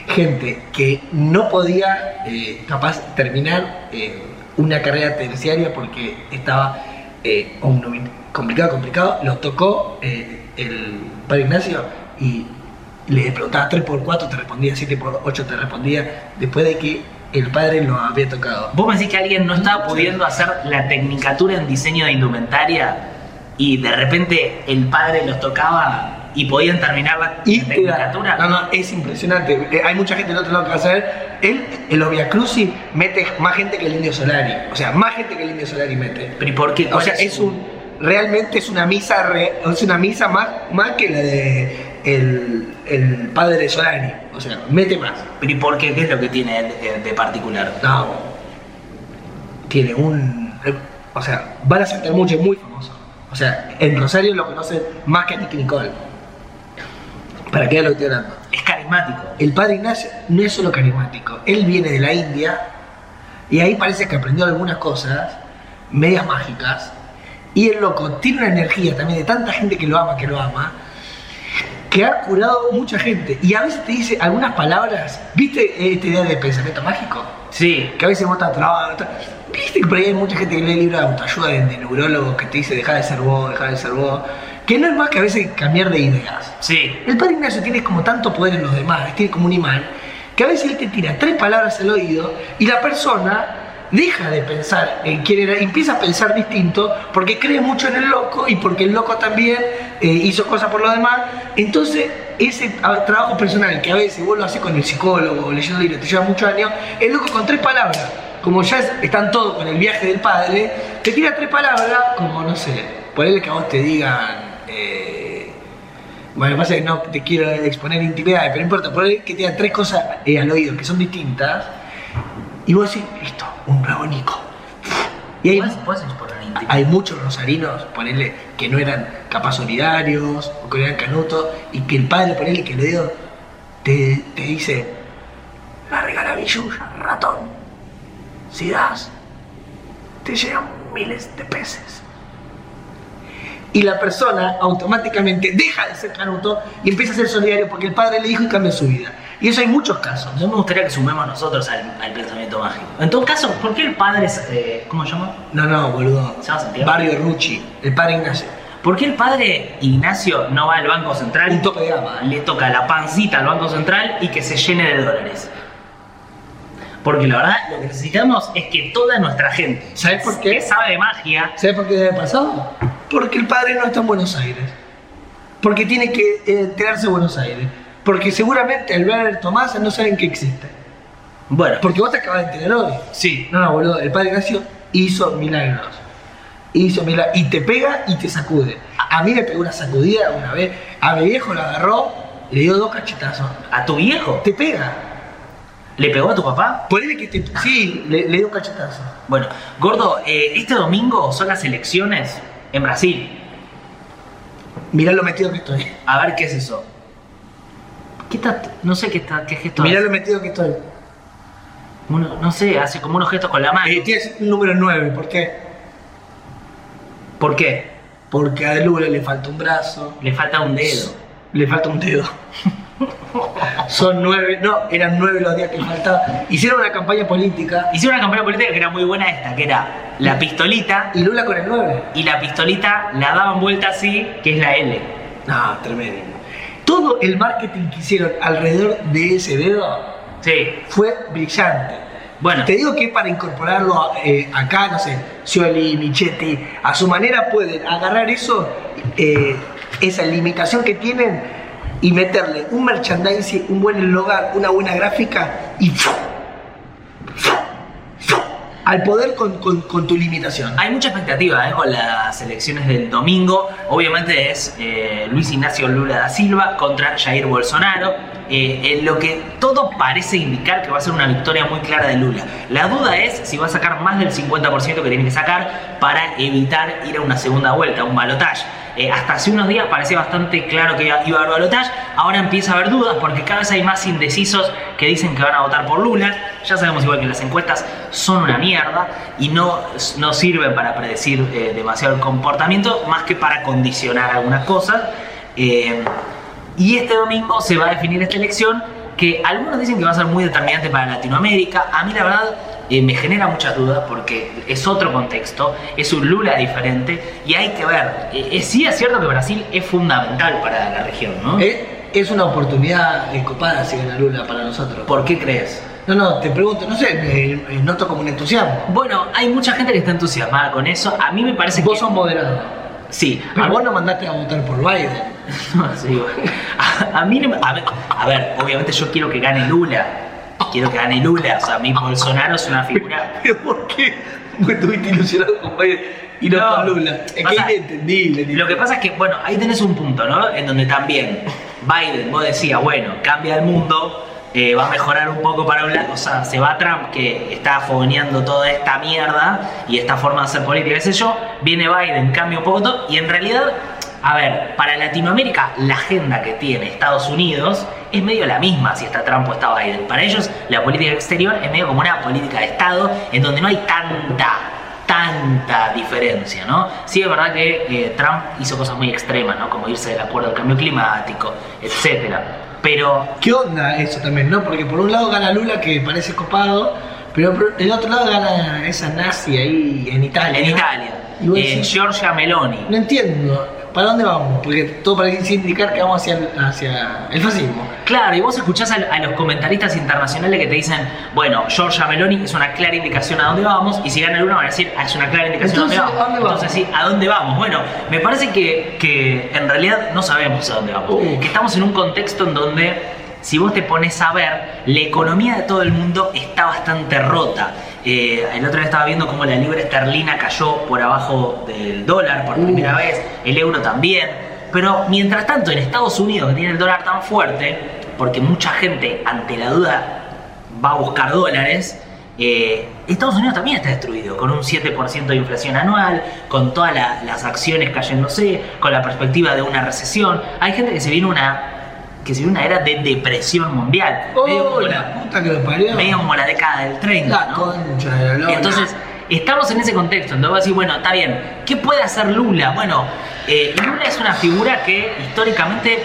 S4: Gente que no podía, eh, capaz, terminar eh, una carrera terciaria porque estaba eh, omnumi- complicado, complicado. Lo tocó eh, el padre Ignacio y le preguntaba 3 por 4 te respondía, 7 por 8 te respondía, después de que el padre lo había tocado.
S1: Vos me decís que alguien no estaba pudiendo hacer la tecnicatura en diseño de indumentaria y de repente el padre los tocaba y podían terminar la,
S4: Y
S1: la
S4: te da-
S1: tecnicatura.
S4: No, no, es impresionante. Eh, hay mucha gente del otro lado que va a saber. Él, en los Via Crucis, mete más gente que el Indio Solari. O sea, más gente que el Indio Solari mete.
S1: Pero ¿y por qué?
S4: O
S1: ¿Cuál
S4: sea, es un. Realmente es una misa re- es una misa más, más que la de el, el padre Solari. O sea, mete más.
S1: ¿Pero y por qué? ¿Qué es lo que tiene él, eh, de particular?
S4: No. Tiene un. O sea, van a sentar mucho, es muy famoso. O sea, en Rosario lo conocen más que a Nicky Nicole. ¿Para qué lo estoy hablando?
S1: Es carismático.
S4: El padre Ignacio no es solo carismático. Él viene de la India, Y ahí parece que aprendió algunas cosas, medias mágicas. Y el loco tiene una energía también de tanta gente que lo ama, que lo ama, que ha curado mucha gente. Y a veces te dice algunas palabras. ¿Viste esta idea de pensamiento mágico?
S1: Sí.
S4: Que a veces vos estás trabado. estás- Viste que por ahí hay mucha gente que lee libros de autoayuda de, de neurólogos que te dice dejar de ser vos, dejar de ser vos. Que no es más que a veces cambiar de ideas.
S1: Sí.
S4: El padre Ignacio tiene como tanto poder en los demás, tiene como un imán, que a veces él te tira tres palabras al oído y la persona deja de pensar en quién era, empieza a pensar distinto porque cree mucho en el loco y porque el loco también eh, hizo cosas por los demás. Entonces, ese a- trabajo personal que a veces vos lo haces con el psicólogo o leyendo libros, te lleva muchos años, el loco con tres palabras, como ya es- están todos con el viaje del padre, te tira tres palabras como, no sé, ponerle que a vos te digan... eh, bueno, pasa que no te quiero exponer intimidades, pero no importa, poner que tengan tres cosas eh, al oído que son distintas. Y vos decís, listo, un nuevo Nico. Y hay,
S1: ¿Puedes, puedes exponer íntimo?
S4: hay muchos rosarinos, ponele, que no eran capaz solidarios, o que no eran canutos, y que el padre, ponele, que le dio, te, te dice, larga la billulla, ratón. Si das, te llegan miles de peces. Y la persona automáticamente deja de ser canuto y empieza a ser solidario porque el padre le dijo y cambia su vida. Y eso hay muchos casos.
S1: No me gustaría que sumemos nosotros al, al pensamiento mágico. En todo caso, ¿por qué el padre es, eh, ¿Cómo se llama?
S4: No, no, boludo.
S1: ¿Se llama Santiago?
S4: Barrio Rucci, el padre Ignacio.
S1: ¿Por qué el padre Ignacio no va al Banco Central?
S4: Un tope de gama, ¿eh?
S1: Le toca la pancita al Banco Central y que se llene de dólares. Porque la verdad, lo que necesitamos es que toda nuestra gente.
S4: ¿Sabes por qué?
S1: Que sabe de magia.
S4: ¿Sabes por qué debe pasado? Porque el padre no está en Buenos Aires. Porque tiene que eh, enterarse de Buenos Aires. Porque seguramente Alberto, Tomás no saben que existe.
S1: Bueno,
S4: Porque vos te acabas de enterar hoy.
S1: sí.
S4: No, no, boludo. El padre Ignacio hizo milagros. Hizo milagros. Y te pega y te sacude. A a mí me pegó una sacudida una vez. A mi viejo lo agarró, le dio dos cachetazos.
S1: ¿A tu viejo?
S4: Te pega.
S1: ¿Le pegó a tu papá?
S4: Ponele que te. Sí, le, le dio un cachetazo.
S1: Bueno, gordo, eh, este domingo son las elecciones en Brasil.
S4: Mirá lo metido que estoy.
S1: A ver qué es eso. ¿Qué está? No sé qué está, qué gesto.
S4: Mirá
S1: hace.
S4: lo metido que estoy. Eh,
S1: Uno- no sé, hace como unos gestos con la mano.
S4: Eh, tienes un número 9, ¿por qué?
S1: ¿Por qué?
S4: Porque a Lula le falta un brazo,
S1: Le falta un dedo.
S4: le falta un dedo. Son nueve, no, eran nueve los días que faltaban. Hicieron una campaña política
S1: Hicieron una campaña política que era muy buena esta, que era la pistolita
S4: y Lula con el 9.
S1: y la pistolita la daban vuelta así, que es la L.
S4: No, tremendo. Todo el marketing que hicieron alrededor de ese dedo
S1: Sí.
S4: fue brillante.
S1: Bueno.
S4: Te digo que es para incorporarlo eh, acá, no sé, Scioli, Michetti, a su manera pueden agarrar eso, eh, esa limitación que tienen y meterle un merchandising, un buen eslogan, una buena gráfica y ¡fu! ¡fu! ¡fu! al poder con, con- con tu limitación.
S1: Hay mucha expectativa ¿eh? con las elecciones del domingo. Obviamente es eh, Luis Ignacio Lula da Silva contra Jair Bolsonaro. Eh, en lo que todo parece indicar que va a ser una victoria muy clara de Lula. La duda es si va a sacar más del 50% que tiene que sacar para evitar ir a una segunda vuelta, a un balotaje. Eh, hasta hace unos días parecía bastante claro que iba, iba a haber balotaje. Ahora empieza a haber dudas porque cada vez hay más indecisos que dicen que van a votar por Lula. Ya sabemos igual que las encuestas son una mierda y no, no sirven para predecir eh, demasiado el comportamiento, más que para condicionar algunas cosas. Eh, y este domingo se va a definir esta elección que algunos dicen que va a ser muy determinante para Latinoamérica. A mí la verdad eh, me genera muchas dudas porque es otro contexto, es un Lula diferente y hay que ver. Eh, eh, sí es cierto que Brasil es fundamental para la región, ¿no?
S4: Es, Eh, es una oportunidad eh, copada si gana Lula para nosotros.
S1: ¿Por qué crees?
S4: No, no, te pregunto, no sé, me- me noto como un entusiasmo.
S1: Bueno, hay mucha gente que está entusiasmada con eso. A mí me parece
S4: Vos
S1: que...
S4: sos moderado.
S1: Sí, a
S4: Pero
S1: mí-
S4: vos no mandaste a votar por Biden.
S1: No, sí, bueno. a, a mí no me- a ver, a ver, obviamente yo quiero que gane Lula. Quiero que gane Lula. O sea, a mí Bolsonaro es una figura.
S4: ¿Pero por qué? Porque estuviste ilusionado con Biden y no,
S1: No,
S4: con Lula. Es que
S1: pasa-
S4: es inentendible.
S1: Lo que pasa es que, bueno, ahí tenés un punto, ¿no? En donde también Biden, vos decías, bueno, cambia el mundo, eh, va a mejorar un poco para un lado. O sea, se va Trump que está fogoneando toda esta mierda y esta forma de hacer política, qué sé yo. Viene Biden, cambia un poco todo. Y en realidad, a ver, para Latinoamérica, la agenda que tiene Estados Unidos es medio la misma si está Trump o está Biden. Para ellos, la política exterior es medio como una política de Estado en donde no hay tanta tanta diferencia, ¿no? Sí, es verdad que eh, Trump hizo cosas muy extremas, ¿no? Como irse del acuerdo del cambio climático, etcétera. Pero
S4: ¿Qué onda eso también, no? Porque por un lado gana Lula, que parece copado, pero por el otro lado gana esa nazi ahí en Italia.
S1: en
S4: ¿no?
S1: Italia,
S4: Y vos
S1: eh,
S4: decís,
S1: Giorgia Meloni,
S4: no entiendo, ¿para dónde vamos? Porque todo parece indicar que vamos hacia el, hacia el fascismo.
S1: Claro, y vos escuchás a, a los comentaristas internacionales que te dicen, bueno, Giorgia Meloni es una clara indicación a dónde vamos, y si gana Luna van a decir, "Ah, es una clara indicación a dónde
S4: Entonces,
S1: vamos.
S4: ¿a dónde vamos?
S1: Entonces, sí, ¿a dónde vamos? Bueno, me parece que, que en realidad no sabemos a dónde vamos.
S4: Uh.
S1: Que estamos en un contexto en donde, si vos te pones a ver, la economía de todo el mundo está bastante rota. Eh, el otro día estaba viendo cómo la libra esterlina cayó por abajo del dólar por
S4: Uh.
S1: primera vez, el euro también. Pero mientras tanto, en Estados Unidos, que tiene el dólar tan fuerte, porque mucha gente ante la duda va a buscar dólares, eh, Estados Unidos también está destruido, con un 7% de inflación anual, con todas la- las acciones cayéndose, con la perspectiva de una recesión. Hay gente que se viene una que se viene una era de depresión mundial, medio,
S4: ¡Oh,
S1: como
S4: la
S1: la,
S4: puta que lo parió!
S1: medio como la década del 30.
S4: La
S1: ¿no?
S4: concha de la lora.
S1: Entonces, estamos en ese contexto. Entonces, vos decís, bueno, está bien, ¿qué puede hacer Lula? Bueno, eh, Lula es una figura que históricamente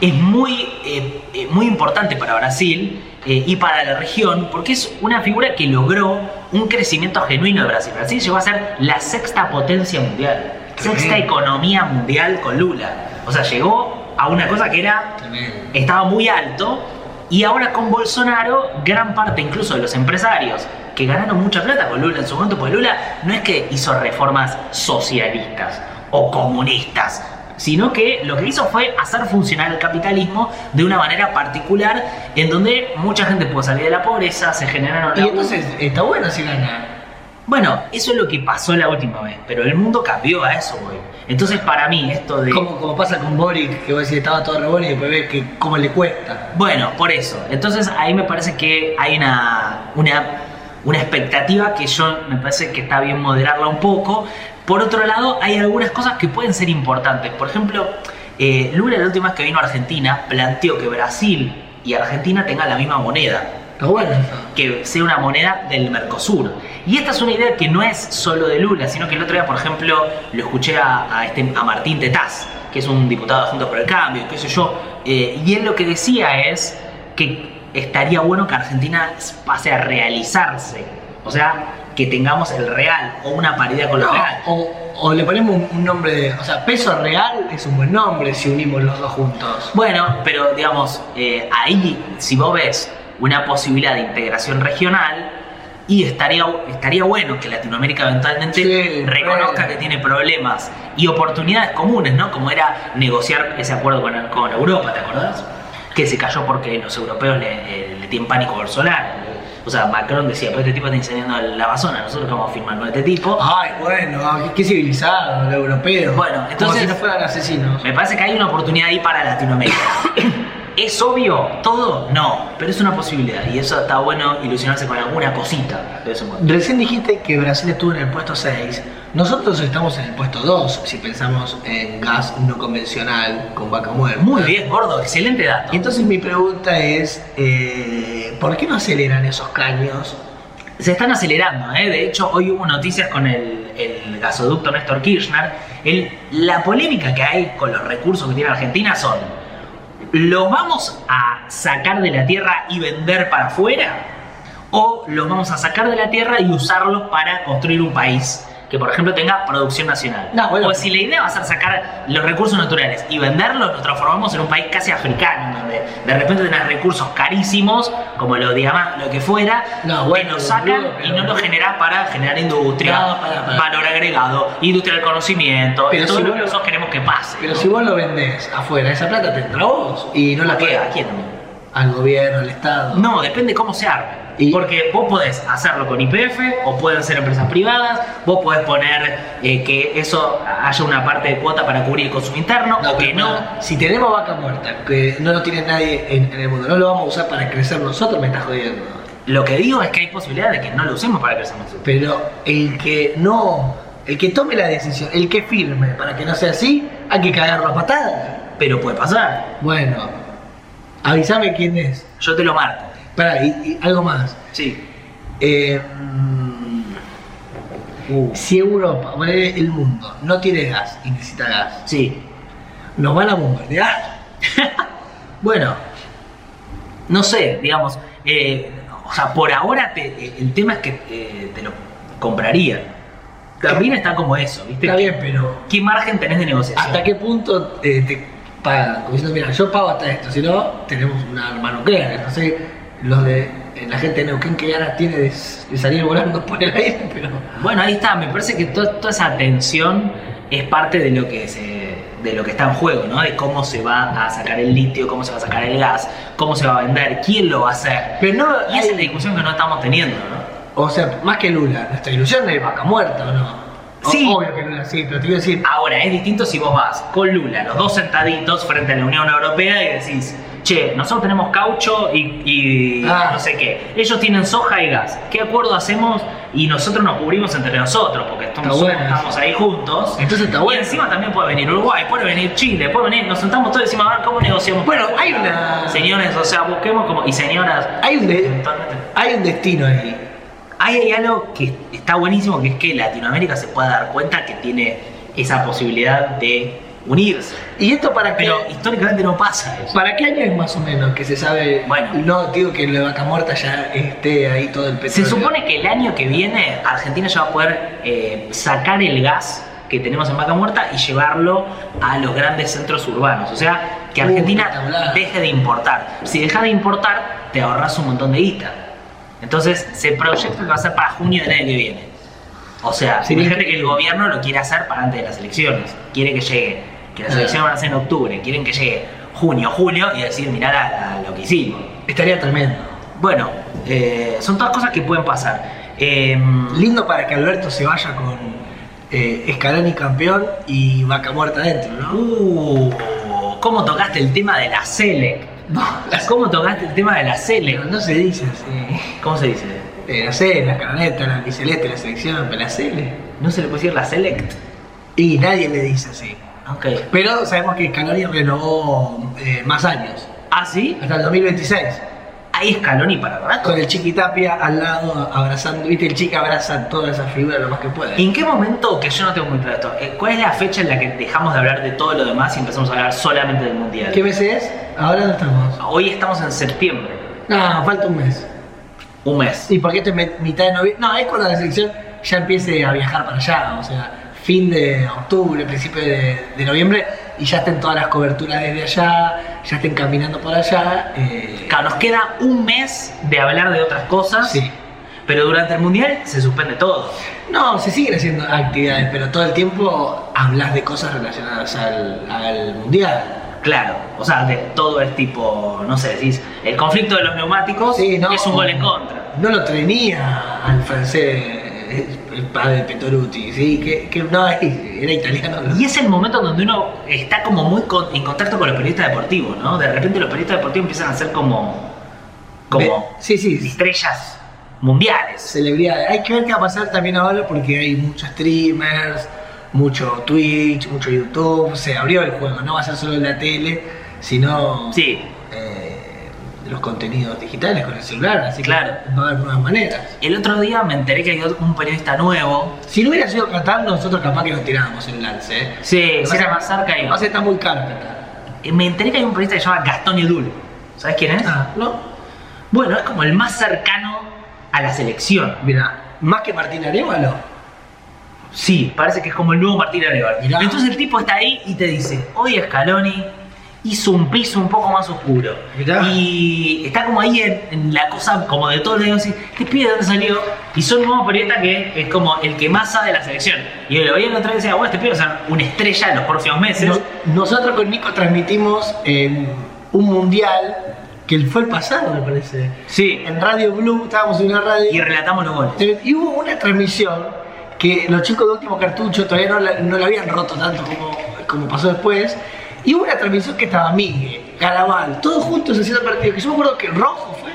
S1: es muy, eh, eh, muy importante para Brasil eh, y para la región, porque es una figura que logró un crecimiento genuino de Brasil. Brasil llegó a ser la sexta potencia mundial, sexta
S4: Tremendo.
S1: economía mundial con Lula. O sea, llegó a una cosa que era
S4: Tremendo.
S1: estaba muy alto y ahora con Bolsonaro gran parte incluso de los empresarios que ganaron mucha plata con Lula en su momento, porque Lula no es que hizo reformas socialistas o comunistas, sino que lo que hizo fue hacer funcionar el capitalismo de una manera particular en donde mucha gente pudo salir de la pobreza, se generaron
S4: Y
S1: laburo.
S4: entonces, está bueno si gana.
S1: Bueno, eso es lo que pasó la última vez, pero el mundo cambió a eso, güey. Entonces para mí esto de...
S4: Como, como pasa con Boric, que vos decís, estaba todo re bueno y después ves que cómo le cuesta.
S1: Bueno, por eso. Entonces ahí me parece que hay una, una, una expectativa que yo me parece que está bien moderarla un poco. Por otro lado, hay algunas cosas que pueden ser importantes. Por ejemplo, eh, Lula la última vez que vino a Argentina planteó que Brasil y Argentina tengan la misma moneda
S4: Está bueno. eso.
S1: que sea una moneda del Mercosur. Y esta es una idea que no es solo de Lula, sino que el otro día, por ejemplo, lo escuché a, a este, a Martín Tetaz, que es un diputado de Juntos por el Cambio, qué sé yo, eh, y él lo que decía es que estaría bueno que Argentina pase a realizarse, o sea, que tengamos el real o una paridad con lo
S4: No,
S1: real.
S4: o, o le ponemos un, un nombre de. O sea, peso real es un buen nombre si unimos los dos juntos.
S1: Bueno, pero digamos, eh, ahí si vos ves una posibilidad de integración regional, y estaría, estaría bueno que Latinoamérica eventualmente
S4: Sí,
S1: reconozca
S4: re.
S1: que tiene problemas y oportunidades comunes, ¿no? Como era negociar ese acuerdo con, con Europa, ¿te acordás? Que se cayó porque los europeos le, eh, le tienen pánico a Bolsonaro. O sea, Macron decía, pero este tipo está incendiando la Amazonas, nosotros vamos a firmar con este tipo.
S4: Ay, bueno, ay, qué civilizado, lo europeo.
S1: Bueno,
S4: Como
S1: entonces-
S4: si no fueran asesinos.
S1: Me parece que hay una oportunidad ahí para Latinoamérica. ¿Es obvio todo? No, pero es una posibilidad y eso está bueno ilusionarse con alguna cosita de ese modo.
S4: Recién dijiste que Brasil estuvo en el puesto 6. Nosotros estamos en el puesto 2 si pensamos en gas no convencional con vaca muerta.
S1: Muy bien, gordo, excelente dato.
S4: Entonces mi pregunta es, eh, ¿por qué no aceleran esos caños?
S1: Se están acelerando, ¿eh? de hecho hoy hubo noticias con el, el gasoducto Néstor Kirchner. El- la polémica que hay con los recursos que tiene Argentina son, ¿los vamos a sacar de la tierra y vender para afuera? ¿O los vamos a sacar de la tierra y usarlos para construir un país? Que por ejemplo tenga producción nacional.
S4: No, bueno.
S1: O si la idea va a ser sacar los recursos naturales y venderlos, nos transformamos en un país casi africano, en donde de repente tenés recursos carísimos, como los diamantes, lo que fuera,
S4: No,
S1: que
S4: bueno,
S1: lo sacan
S4: boludo,
S1: y
S4: pero-
S1: no lo generás para generar industria,
S4: No, pará, pará.
S1: valor agregado, industria del conocimiento,
S4: Pero
S1: todo
S4: si
S1: lo
S4: vos
S1: que
S4: lo-
S1: nosotros queremos que pase.
S4: Pero
S1: ¿no?
S4: si vos lo vendés afuera, esa plata te entra a vos y no la
S1: ¿A qué?
S4: paga
S1: ¿A quién?
S4: Al gobierno, al Estado.
S1: No, depende cómo se arme.
S4: Y-
S1: Porque vos podés hacerlo con IPF o pueden ser empresas privadas, vos podés poner eh, que eso haya una parte de cuota para cubrir el consumo interno o que
S4: pero
S1: no.
S4: pará, Si tenemos vaca muerta, que no lo tiene nadie en, en el mundo, no lo vamos a usar para crecer nosotros, me estás jodiendo.
S1: Lo que digo es que hay posibilidad de que no lo usemos para crecer nosotros.
S4: Pero el que no, el que tome la decisión, el que firme para que no sea así, hay que cagarlo a patada.
S1: Pero puede pasar.
S4: Bueno, Avísame quién es.
S1: Yo te lo marco.
S4: Pará, y, y algo más.
S1: Sí.
S4: Eh, mm,
S1: Uh.
S4: si Europa, ponele el mundo, no tiene gas y necesita gas,
S1: Sí.
S4: ¿nos van a bombardear?
S1: Bueno, no sé, digamos, eh, o sea, por ahora te- eh, el tema es que eh, te lo comprarían. También está como eso, ¿viste?
S4: Está bien, pero
S1: ¿Qué margen tenés de negociación?
S4: ¿Hasta qué punto eh, te pagan? Como diciendo, mira, yo pago hasta esto, si no, tenemos una arma nuclear. No sé, los de, eh, la gente de Neuquén que ganas tiene de, s- de salir volando por el aire, pero.
S1: Bueno, ahí está, me parece que to- toda esa tensión es parte de lo que se, de lo que está en juego, ¿no? De cómo se va a sacar el litio, cómo se va a sacar el gas, cómo se va a vender, quién lo va a hacer.
S4: Pero no.
S1: Y esa es la
S4: hay-
S1: discusión que no estamos teniendo, ¿no?
S4: o sea, más que Lula, nuestra ilusión es vaca muerta, ¿o no? O-
S1: Sí.
S4: Obvio que Lula sí, pero te quiero decir.
S1: Ahora, es distinto si vos vas con Lula, los dos sentaditos frente a la Unión Europea y decís, che, nosotros tenemos caucho y, y
S4: Ah.
S1: no sé qué. Ellos tienen soja y gas. ¿Qué acuerdo hacemos? Y nosotros nos cubrimos entre nosotros, porque estamos,
S4: bueno eso.
S1: estamos ahí juntos.
S4: Entonces está
S1: Y
S4: bueno.
S1: encima también puede venir Uruguay, puede venir Chile, puede venir, nos sentamos todos y decimos, a ver cómo negociamos.
S4: Bueno, hay una-
S1: Señores, o sea, busquemos como. Y señoras.
S4: Hay un, de-
S1: eventualmente.
S4: hay un destino ahí.
S1: Ahí hay algo que está buenísimo, que es que Latinoamérica se pueda dar cuenta que tiene esa posibilidad de unirse.
S4: ¿Y esto para qué?
S1: Pero históricamente no pasa eso.
S4: ¿Para qué año es más o menos que se sabe?
S1: Bueno.
S4: No digo que la vaca muerta ya esté ahí todo el
S1: Se
S4: petróleo.
S1: supone que el año que viene Argentina ya va a poder eh, sacar el gas que tenemos en Vaca Muerta y llevarlo a los grandes centros urbanos. O sea, que
S4: Uh,
S1: Argentina
S4: espectacular.
S1: deje de importar. Si deja de importar, te ahorras un montón de guita. Entonces, se proyecta que va a ser para junio del año que viene. O sea,
S4: Sí,
S1: fíjate que el gobierno lo quiere hacer para antes de las elecciones. Quiere que llegue, que las
S4: Ah.
S1: elecciones van a ser en octubre. Quieren que llegue junio, julio y decir, mirá la- la- lo que hicimos.
S4: Estaría tremendo.
S1: Bueno, eh, son todas cosas que pueden pasar. Eh,
S4: Lindo para que Alberto se vaya con eh, Scaloni campeón y vaca muerta adentro, ¿no?
S1: uh, ¿Cómo tocaste el tema de la Selec? ¿Cómo tocaste el tema de la
S4: Pero
S1: Selec?
S4: no se dice así.
S1: ¿Cómo se dice?
S4: Eh, no sé, la carneta, la biceleste, la selección, pero la cele.
S1: ¿No se le puede decir la Select?
S4: Y nadie le dice así.
S1: Ok.
S4: Pero sabemos que Scaloni renovó eh, más años,
S1: ¿Ah, sí?
S4: hasta el 2026.
S1: Hay escalón y para rato.
S4: Con el Chiqui Tapia al lado abrazando, viste, el Chiqui abraza todas esas figuras lo más que puede.
S1: ¿En qué momento, que yo no tengo muy claro esto, eh, cuál es la fecha en la que dejamos de hablar de todo lo demás y empezamos a hablar solamente del Mundial?
S4: ¿Qué mes es? Ahora no estamos.
S1: Hoy estamos en septiembre,
S4: No, falta un mes.
S1: un mes.
S4: ¿Y por qué te mitad de noviembre? No, es cuando la selección ya empiece a viajar para allá, o sea, fin de octubre, principio de, de noviembre, y ya estén todas las coberturas desde allá, ya estén caminando por allá. eh,
S1: Claro, nos queda un mes de hablar de otras cosas.
S4: Sí.
S1: Pero durante el mundial se suspende todo.
S4: no, se siguen haciendo actividades, pero todo el tiempo hablas de cosas relacionadas al, al mundial.
S1: Claro, o sea, de todo es tipo, no sé, decís, el conflicto de los neumáticos
S4: Sí, no,
S1: es un gol en contra.
S4: No lo tenía al francés, el padre de Petoruti, ¿sí? Que, que no, era italiano.
S1: Y es el momento donde uno está como muy con- en contacto con los periodistas deportivos, ¿no? De repente los periodistas deportivos empiezan a ser como, como
S4: Sí, sí,
S1: estrellas mundiales.
S4: celebridades. Hay que ver qué va a pasar también ahora porque hay muchos streamers, mucho Twitch, mucho YouTube. Se abrió el juego, no va a ser solo en la tele, sino
S1: Sí,
S4: eh, los contenidos digitales con el celular. Así que
S1: Claro.
S4: va a haber nuevas maneras.
S1: el otro día me enteré que hay otro- un periodista nuevo.
S4: Si no hubiera sido Qatar, nosotros capaz que nos tirábamos el lance. ¿eh?
S1: Sí,
S4: Lo
S1: si
S4: que
S1: era
S4: pasa-
S1: más cerca.
S4: Lo que pasa es que
S1: Y...
S4: está muy caro Qatar.
S1: Eh, Me enteré que hay un periodista que se llama Gastón Edul. ¿Sabes quién es?
S4: Ah, no.
S1: Bueno, es como el más cercano a la selección.
S4: Mira, más que Martín Arevalo.
S1: Sí, parece que es como el nuevo Martín Areval.
S4: Mirá.
S1: Entonces el tipo está ahí y te dice, hoy Scaloni hizo un piso un poco más oscuro.
S4: Mirá.
S1: Y está como ahí en, en la cosa como de todo el día, así, ¿qué pide de dónde salió? Y son nuevos periodistas que es como el que más sabe de la selección. Y lo veía el otro día y decía, bueno, este pibe va a ser una estrella en los próximos meses.
S4: No- nosotros con Nico transmitimos en un mundial que fue el pasado, me parece.
S1: Sí,
S4: En Radio Blue estábamos en una
S1: y
S4: radio.
S1: relatamos los goles.
S4: Y hubo una transmisión que los chicos de último cartucho todavía no la, no la habían roto tanto como, como pasó después. Y hubo una transmisión que estaba Miguel, Garabal, todos juntos haciendo el partido. Que yo me acuerdo que Rojo fue,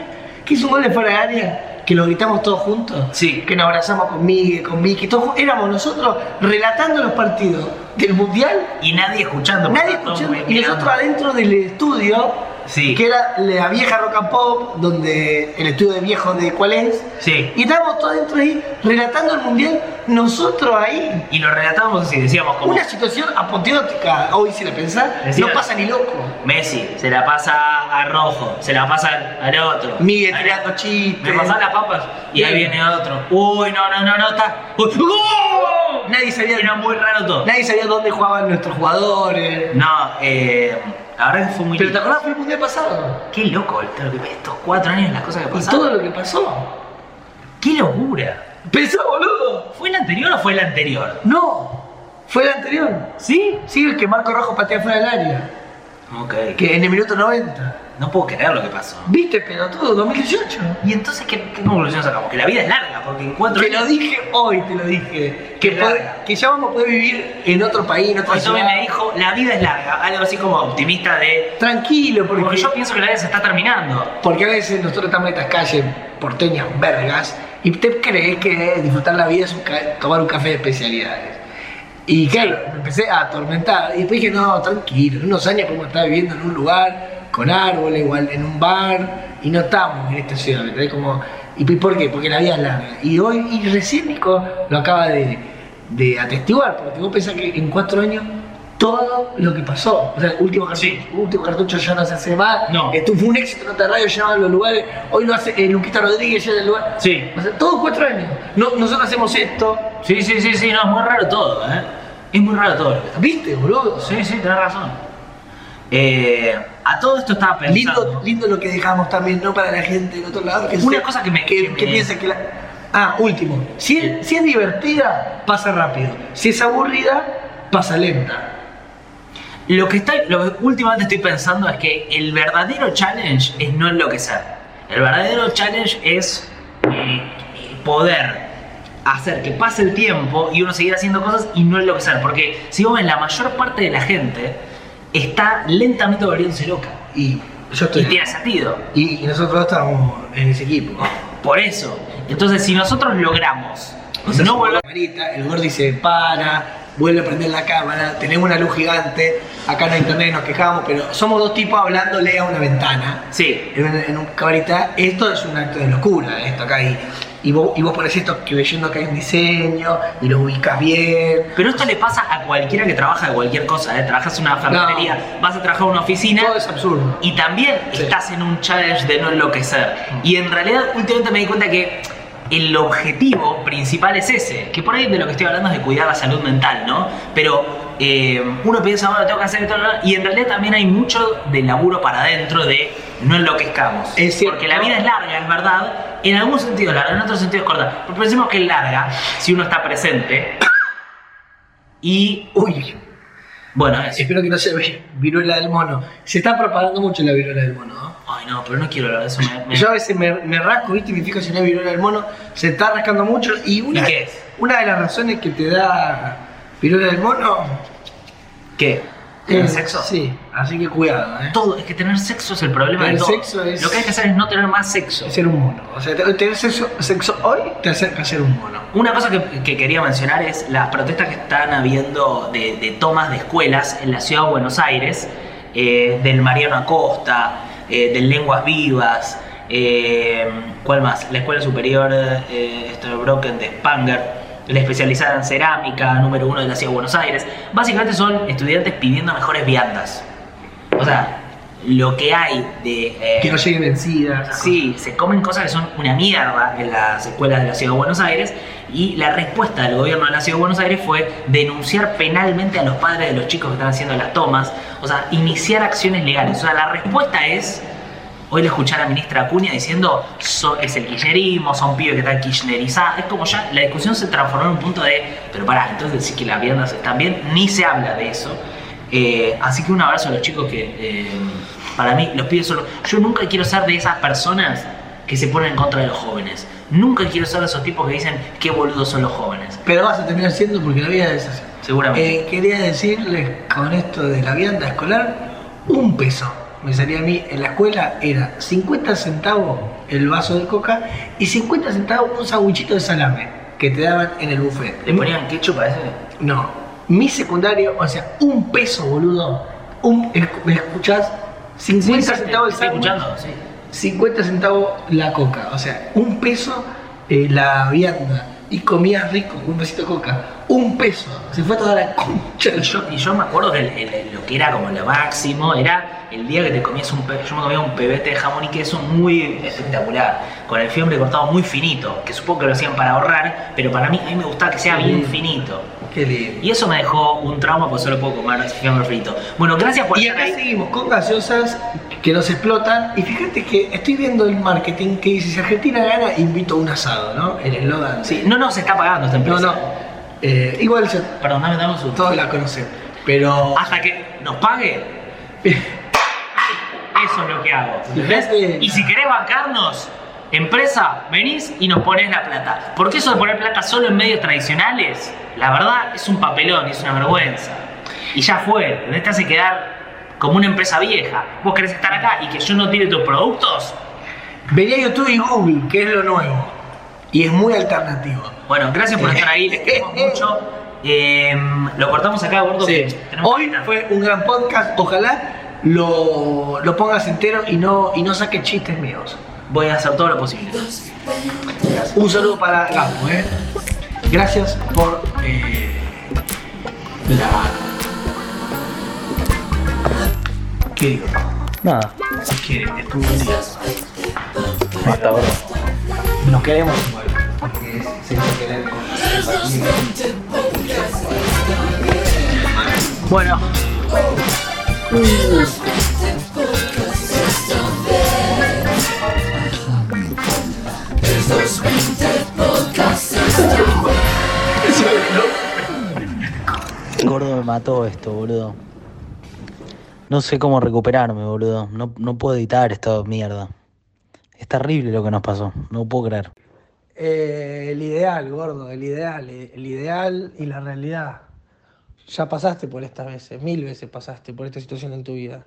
S4: que hizo un gol de fuera de área, que lo gritamos todos juntos.
S1: Sí.
S4: Que nos abrazamos con Miguel, con Vicky, todos ju- éramos nosotros relatando los partidos del mundial
S1: Y nadie escuchando. por
S4: Nadie
S1: tanto,
S4: escuchando.
S1: me-
S4: Y nosotros
S1: mirando.
S4: adentro del estudio
S1: Sí.
S4: que era la vieja rock and pop, donde el estudio de viejos de cuál es.
S1: Sí.
S4: Y estábamos todos dentro ahí, relatando el mundial, nosotros ahí.
S1: Y lo relatábamos así, decíamos como
S4: Una situación apoteótica, hoy si la pensás,
S1: Decía-
S4: no pasa ni loco.
S1: Messi se la pasa a Rojo, se la pasa al otro.
S4: Miguel
S1: Al-
S4: tirando
S1: Me
S4: chistes.
S1: pasan las papas y ahí viene otro. Uy, no, no, no, no, está. Uy, ¡gol!
S4: Nadie sabía-
S1: Era muy raro todo.
S4: Nadie sabía dónde jugaban nuestros jugadores.
S1: No, eh, la verdad que fue muy
S4: Pero te
S1: lindo.
S4: acordás del mundial pasado.
S1: Qué loco todo lo que- estos cuatro años, las cosas que
S4: Y
S1: pasaron.
S4: todo lo que pasó.
S1: ¡Qué locura!
S4: Pensá, boludo.
S1: ¿Fue el anterior o fue el anterior?
S4: No. Fue el anterior.
S1: ¿Sí?
S4: Sí, el que Marco Rojo patea fuera del área.
S1: Ok.
S4: Que en el minuto 90.
S1: No puedo creer lo que pasó.
S4: ¿Viste, pelotudo? 2018.
S1: ¿Y entonces qué, qué conclusión sacamos? Que la vida es larga, porque en cuatro
S4: Te lo
S1: años.
S4: dije hoy, te lo dije. Que,
S1: Qué
S4: pod-
S1: larga.
S4: que ya vamos a poder vivir en otro país, en otra
S1: Hoy Tommy
S4: ciudad.
S1: me dijo, la vida es larga, algo así como optimista de.
S4: Tranquilo, porque,
S1: Porque yo pienso que la vida se está terminando.
S4: porque a veces nosotros estamos en estas calles porteñas vergas y te crees que disfrutar la vida es un ca- tomar un café de especialidades. Y claro, me empecé a atormentar. Y después dije, no, tranquilo, en unos años podemos estar viviendo en un lugar con árboles, igual en un bar, y no estamos en esta ciudad, ¿me entendés? Como, ¿Y por qué? Porque la vida es larga. Y hoy, y recién Nico lo acaba de, de atestiguar, porque vos pensás que en cuatro años todo lo que pasó, o sea, el último cartucho,
S1: Sí.
S4: último cartucho ya no se hace más, este
S1: No.
S4: esto fue un éxito en otra radio, llenaban los lugares, hoy lo hace eh, Luquita Rodríguez, llena el lugar.
S1: Sí.
S4: O sea, todos cuatro años. No- nosotros hacemos esto,
S1: Sí, sí, sí, sí, no, es muy raro todo, ¿eh? Es muy raro todo lo que está
S4: ¿viste, boludo?
S1: Sí, sí, tenés razón. Eh, a todo esto estaba pensando.
S4: Lindo, lindo lo que dejamos también, ¿no? Para la gente del otro lado. Que
S1: Una
S4: se-
S1: cosa que me-
S4: Que,
S1: que me-
S4: que piensa que la... Ah, último. Si es, si es divertida, pasa rápido. Si es aburrida, pasa lenta.
S1: Lo que, está, lo que últimamente estoy pensando es que el verdadero challenge es no enloquecer. El verdadero challenge es eh, poder hacer que pase el tiempo y uno seguir haciendo cosas y no enloquecer. Porque si vos ves, la mayor parte de la gente está lentamente volviéndose loca.
S4: Y yo
S1: Y
S4: estoy...
S1: tiene sentido.
S4: Y, y nosotros estamos en ese equipo.
S1: Por eso. Entonces, si nosotros logramos
S4: O sea,
S1: no
S4: se
S1: volver.
S4: pone la camarita, el gordi se para, vuelve a prender la cámara, tenemos una luz gigante, acá en internet nos quejamos, pero somos dos tipos hablándole a una ventana.
S1: Sí,
S4: en, un- en un cabarita, esto es un acto de locura, esto acá y, y vos, y vos pones esto que leyendo que hay un diseño y lo ubicas bien.
S1: Pero esto le pasa a cualquiera que trabaja de cualquier cosa, ¿eh? Trabajas en una ferretería, vas a trabajar en una oficina
S4: Todo es absurdo.
S1: y también
S4: Sí. Mm.
S1: estás en un challenge de no enloquecer. Y en realidad últimamente me di cuenta que el objetivo principal es ese, que por ahí de lo que estoy hablando es de cuidar la salud mental, ¿no? Pero eh, uno piensa, bueno, tengo que hacer esto, ¿no? y en realidad también hay mucho de laburo para adentro de no enloquezcamos.
S4: Es cierto.
S1: Porque la vida es larga, es verdad, en algún sentido es larga, en otro sentido es corta. Pero pensemos que es larga si uno está presente. Y
S4: Uy,
S1: bueno, eso.
S4: espero que no se vea viruela del mono. Se está propagando mucho la viruela del mono, ¿no?
S1: Ay, no, pero no quiero hablar de eso. me- me-
S4: Yo a veces me, me rasco, viste, y me fijo si no hay viruela del mono, se está rascando mucho y una,
S1: ¿Y qué es?
S4: una de las razones que te da viruela del mono
S1: ¿Qué?
S4: es
S1: ¿El sexo?
S4: Eh, Sí, así que cuidado, ¿eh?
S1: Todo, es que tener sexo es el problema
S4: El
S1: de todo.
S4: sexo es-
S1: Lo que hay que hacer es no tener más sexo.
S4: Ser un mono. O sea, te- tener sexo, sexo hoy te acerca a ser un mono.
S1: Una cosa que, que quería mencionar es las protestas que están habiendo de, de tomas de escuelas en la ciudad de Buenos Aires, eh, del Mariano Acosta, eh, del Lenguas Vivas, eh, ¿cuál más? La Escuela Superior eh, esto de Broken de Spanger, la especializada en cerámica, número uno de la ciudad de Buenos Aires. Básicamente son estudiantes pidiendo mejores viandas. O sea, lo que hay de... eh,
S4: Que no llegue vencida. esas
S1: Sí, se comen cosas que son una mierda en las escuelas de la Ciudad de Buenos Aires y la respuesta del gobierno de la Ciudad de Buenos Aires fue denunciar penalmente a los padres de los chicos que están haciendo las tomas, o sea, iniciar acciones legales. O sea, la respuesta es, hoy le escuché a la ministra Acuña diciendo, "So- es el kirchnerismo, son pibes que están kirchnerizados, es como ya la discusión se transformó en un punto de, pero pará, entonces decir que las viandas están bien, ni se habla de eso. Eh, así que un abrazo a los chicos que eh, para mí los pibes son los- Yo nunca quiero ser de esas personas que se ponen en contra de los jóvenes. Nunca quiero ser de esos tipos que dicen qué boludos son los jóvenes.
S4: Pero vas a terminar siendo porque la vida es así.
S1: Seguramente.
S4: Eh, quería decirles con esto de la vianda escolar, un peso. Me salía a mí en la escuela, era 50 centavos el vaso de coca y 50 centavos un sabuchito de salame que te daban en el buffet.
S1: ¿Le ponían ketchup a ese?
S4: No, mi secundario, o sea, un peso, boludo. Un, esc- ¿Me escuchás?
S1: Sí,
S4: 50
S1: sí,
S4: centavos el
S1: estoy
S4: sándwich,
S1: escuchando, sí.
S4: 50 centavos la coca, o sea, un peso eh, la vianda. Y comías rico, con un besito de coca. Un peso. Se fue toda la concha.
S1: Y yo, y yo me acuerdo que el- el- el- lo que era como lo máximo era el día que te comías un pe- yo me comía un pebete de jamón y queso muy espectacular, con el fiambre cortado muy finito, que supongo que lo hacían para ahorrar, pero para mí a mí me gustaba que sea bien finito.
S4: Qué lindo.
S1: Y eso me dejó un trauma porque solo puedo comer fiambre frito. Bueno, gracias por
S4: Y
S1: estar
S4: acá
S1: ahí.
S4: seguimos con gaseosas que nos explotan. Y fíjate que estoy viendo el marketing que dice, si Argentina gana, invito a un asado, ¿no? El eslogan.
S1: Sí, no nos está pagando esta
S4: No,
S1: empresa.
S4: no. Eh, igual ya
S1: Perdón, dame, dame un segundo.
S4: todos la conocen. Pero...
S1: Hasta que nos pague, eso es lo que hago. ¿entendés?
S4: Fíjate.
S1: Y si querés bancarnos, empresa, venís y nos ponés la plata. Porque eso de poner plata solo en medios tradicionales, la verdad es un papelón, es una vergüenza. Y ya fue, ¿entendés? te hace quedar como una empresa vieja. Vos querés estar acá y que yo no tire tus productos.
S4: Venía YouTube y Google, que es lo nuevo. Y es muy alternativo.
S1: Bueno, gracias por estar ahí, les queremos mucho. Eh, lo cortamos acá, gordo. que tenemos que
S4: Hoy
S1: terminar.
S4: fue un gran podcast. Ojalá lo, lo pongas entero y no, y no saques chistes míos.
S1: Voy a hacer todo lo posible.
S4: Un saludo para Gabo, ¿eh? Gracias por eh, la. ¿Qué digo?
S3: Nada.
S4: Que es tu día. Hasta ahora. Nos queremos igual. Porque se hizo querer con-
S1: Bueno,
S5: Gordo me mató esto, boludo. No sé cómo recuperarme, boludo. No, no puedo editar esta mierda. Es terrible lo que nos pasó. No puedo creer.
S2: Eh, el ideal, gordo, el ideal, eh, el ideal y la realidad. Ya pasaste por estas veces, mil veces pasaste por esta situación en tu vida.